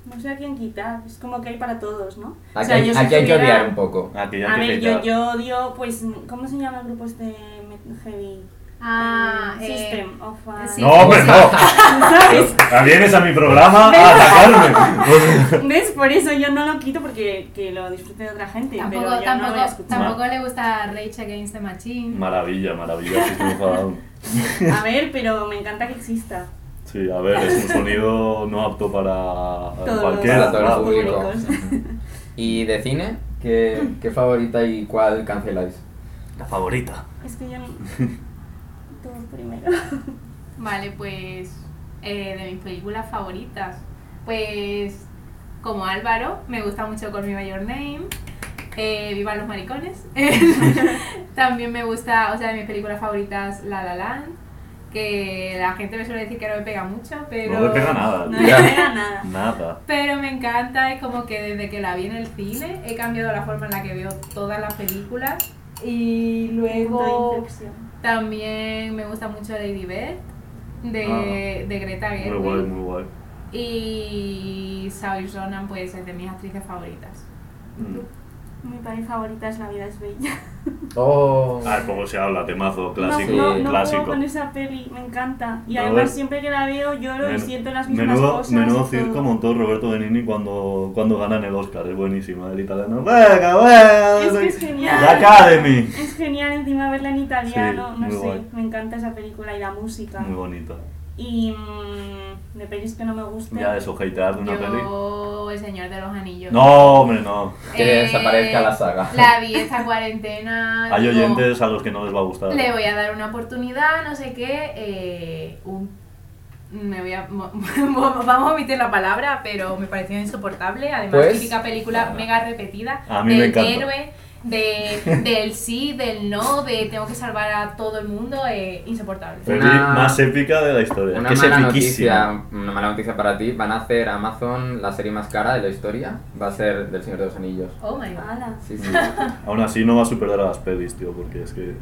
Speaker 4: no sé a quién quitar, es como que hay para todos, ¿no?
Speaker 1: Aquí,
Speaker 4: sea, yo si
Speaker 1: aquí hay que
Speaker 4: tuviera-
Speaker 1: odiar un poco.
Speaker 2: Aquí ya
Speaker 4: A
Speaker 2: que
Speaker 4: ver, yo,
Speaker 2: pecar.
Speaker 4: yo odio, pues, ¿cómo se llama el grupo este met- heavy?
Speaker 3: Ah,
Speaker 4: Eh,
Speaker 3: eh,
Speaker 4: System of a...
Speaker 3: sí.
Speaker 2: No, hombre, no.
Speaker 4: ¿Sabes?
Speaker 2: Ah, Vienes a mi programa a atacarme.
Speaker 4: ¿Ves? Por eso yo no lo quito porque que lo disfrute de otra gente,
Speaker 3: tampoco,
Speaker 4: pero yo no lo voy a
Speaker 3: tampoco,
Speaker 4: escuchar.
Speaker 3: tampoco le gusta Rage Against the Machine.
Speaker 2: Maravilla, maravilla, System of a Down.
Speaker 4: A ver, pero me encanta que exista.
Speaker 2: Sí, a ver, es un sonido no apto para eh,
Speaker 4: Todos
Speaker 2: cualquiera.
Speaker 1: los- Para
Speaker 2: claro.
Speaker 1: todo el público.
Speaker 4: públicos.
Speaker 1: ¿Y de cine? ¿Qué, qué favorita y cuál canceláis?
Speaker 2: La favorita.
Speaker 4: Es que yo no... Todo primero.
Speaker 3: Vale, pues eh, de mis películas favoritas. Pues como Álvaro, me gusta mucho Call Me By Your Name. eh, Viva los maricones. También me gusta, o sea, de mis películas favoritas La La Land, que la gente me suele decir que no me pega mucho, pero...
Speaker 2: No le pega nada.
Speaker 4: No
Speaker 2: tío.
Speaker 4: me pega nada.
Speaker 2: Nada.
Speaker 3: Pero me encanta, es como que desde que la vi en el cine he cambiado la forma en la que veo todas las películas. Y
Speaker 4: Punto de
Speaker 3: luego
Speaker 4: inflexión.
Speaker 3: también me gusta mucho Lady Bird de, de Greta
Speaker 2: Ah, Muy guay,
Speaker 3: Gerwig.
Speaker 2: muy guay.
Speaker 3: Y Saoirse Ronan pues es de mis actrices favoritas.
Speaker 2: Mm.
Speaker 4: Mi peli favorita es La vida es bella.
Speaker 1: Oh.
Speaker 2: Ah, poco se habla, temazo, clásico,
Speaker 1: Sí.
Speaker 4: no, no, no
Speaker 2: clásico.
Speaker 4: puedo con esa peli, me encanta. Y
Speaker 2: A
Speaker 4: además
Speaker 2: ver.
Speaker 4: siempre que la veo lloro y
Speaker 2: Men-
Speaker 4: siento las mismas
Speaker 2: menudo,
Speaker 4: cosas.
Speaker 2: menudo
Speaker 4: y todo.
Speaker 2: circo montó Roberto Benini cuando, cuando ganan el Oscar, es buenísima el italiano. Venga, venga,
Speaker 4: Es que es genial.
Speaker 2: La Academy.
Speaker 4: Es genial encima verla en italiano,
Speaker 2: Sí,
Speaker 4: no
Speaker 2: muy
Speaker 4: sé,
Speaker 2: guay.
Speaker 4: me encanta esa película y la música.
Speaker 2: Muy bonita.
Speaker 4: Y mm, de pelis que no me gustan.
Speaker 2: Ya eso, hatear de una peli.
Speaker 3: Yo, El Señor de los Anillos.
Speaker 2: No, hombre, no.
Speaker 1: Que desaparezca la saga.
Speaker 3: La vi esta cuarentena.
Speaker 2: Hay
Speaker 3: digo,
Speaker 2: oyentes a los que no les va a gustar.
Speaker 3: Le voy a dar una oportunidad, no sé qué. eh, un- me voy a, mo- vamos a omitir la palabra, pero me pareció insoportable. Además,
Speaker 1: Pues,
Speaker 3: típica película
Speaker 2: nada.
Speaker 3: mega repetida.
Speaker 2: A mí me
Speaker 3: del
Speaker 2: encanta.
Speaker 3: héroe, de, del sí, del no, de tengo que salvar a todo el mundo. eh, insoportable.
Speaker 2: Peli
Speaker 1: Una-
Speaker 2: más épica de la historia.
Speaker 1: Eh, Una
Speaker 2: que es
Speaker 1: mala
Speaker 2: epiquísima.
Speaker 1: noticia, una mala noticia para ti. Van a hacer Amazon la serie más cara de la historia. Va a ser del Señor de los Anillos.
Speaker 3: Oh my god.
Speaker 4: Ala.
Speaker 1: Sí, sí.
Speaker 2: Aún así no va a superar a las pelis, tío, porque es que...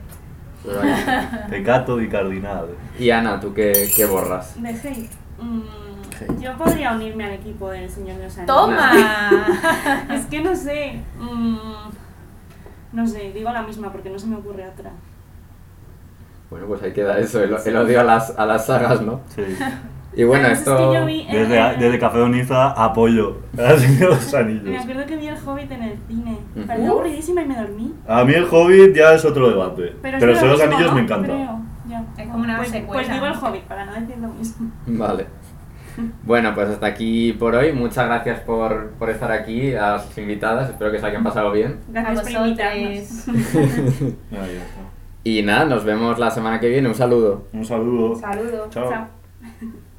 Speaker 1: Pero bueno.
Speaker 2: Pecato di cardinale.
Speaker 1: Y Ana, ¿tú qué, qué borras?
Speaker 4: De hate. Mm,
Speaker 2: Hate.
Speaker 4: Yo podría unirme al equipo del Señor de los Anillos.
Speaker 3: ¡Toma!
Speaker 4: Es que no sé. mm, no sé, digo la misma porque no se me ocurre otra.
Speaker 1: Bueno, pues ahí queda eso, el, el odio a las, a las sagas, ¿no?
Speaker 2: Sí.
Speaker 1: Y bueno,
Speaker 4: Además, pues es que
Speaker 1: esto...
Speaker 4: yo vi-
Speaker 2: Desde, desde Café Doniza apoyo al Señor de los
Speaker 4: Me
Speaker 2: Anillos.
Speaker 4: acuerdo que vi el Hobbit en el cine.
Speaker 1: Ujú.
Speaker 4: Parecía aburridísima y me dormí.
Speaker 2: A mí el Hobbit ya es otro debate. Pero, el
Speaker 4: Pero, es
Speaker 2: Señor de los
Speaker 4: lo mismo,
Speaker 2: Anillos
Speaker 4: ¿no?
Speaker 2: me encanta.
Speaker 4: Creo, ya.
Speaker 3: Es como una
Speaker 4: pues,
Speaker 3: secuela,
Speaker 4: Pues digo el
Speaker 3: ¿no?
Speaker 4: Hobbit para no decir lo mismo.
Speaker 1: Vale. Bueno, pues hasta aquí por hoy. Muchas gracias por, por estar aquí, a las invitadas. Espero que se hayan pasado bien.
Speaker 4: Gracias por invitarnos.
Speaker 2: Ahí está.
Speaker 1: Y nada, nos vemos la semana que viene. Un saludo.
Speaker 2: Un saludo.
Speaker 3: Saludos.
Speaker 2: Chao.
Speaker 4: Chao.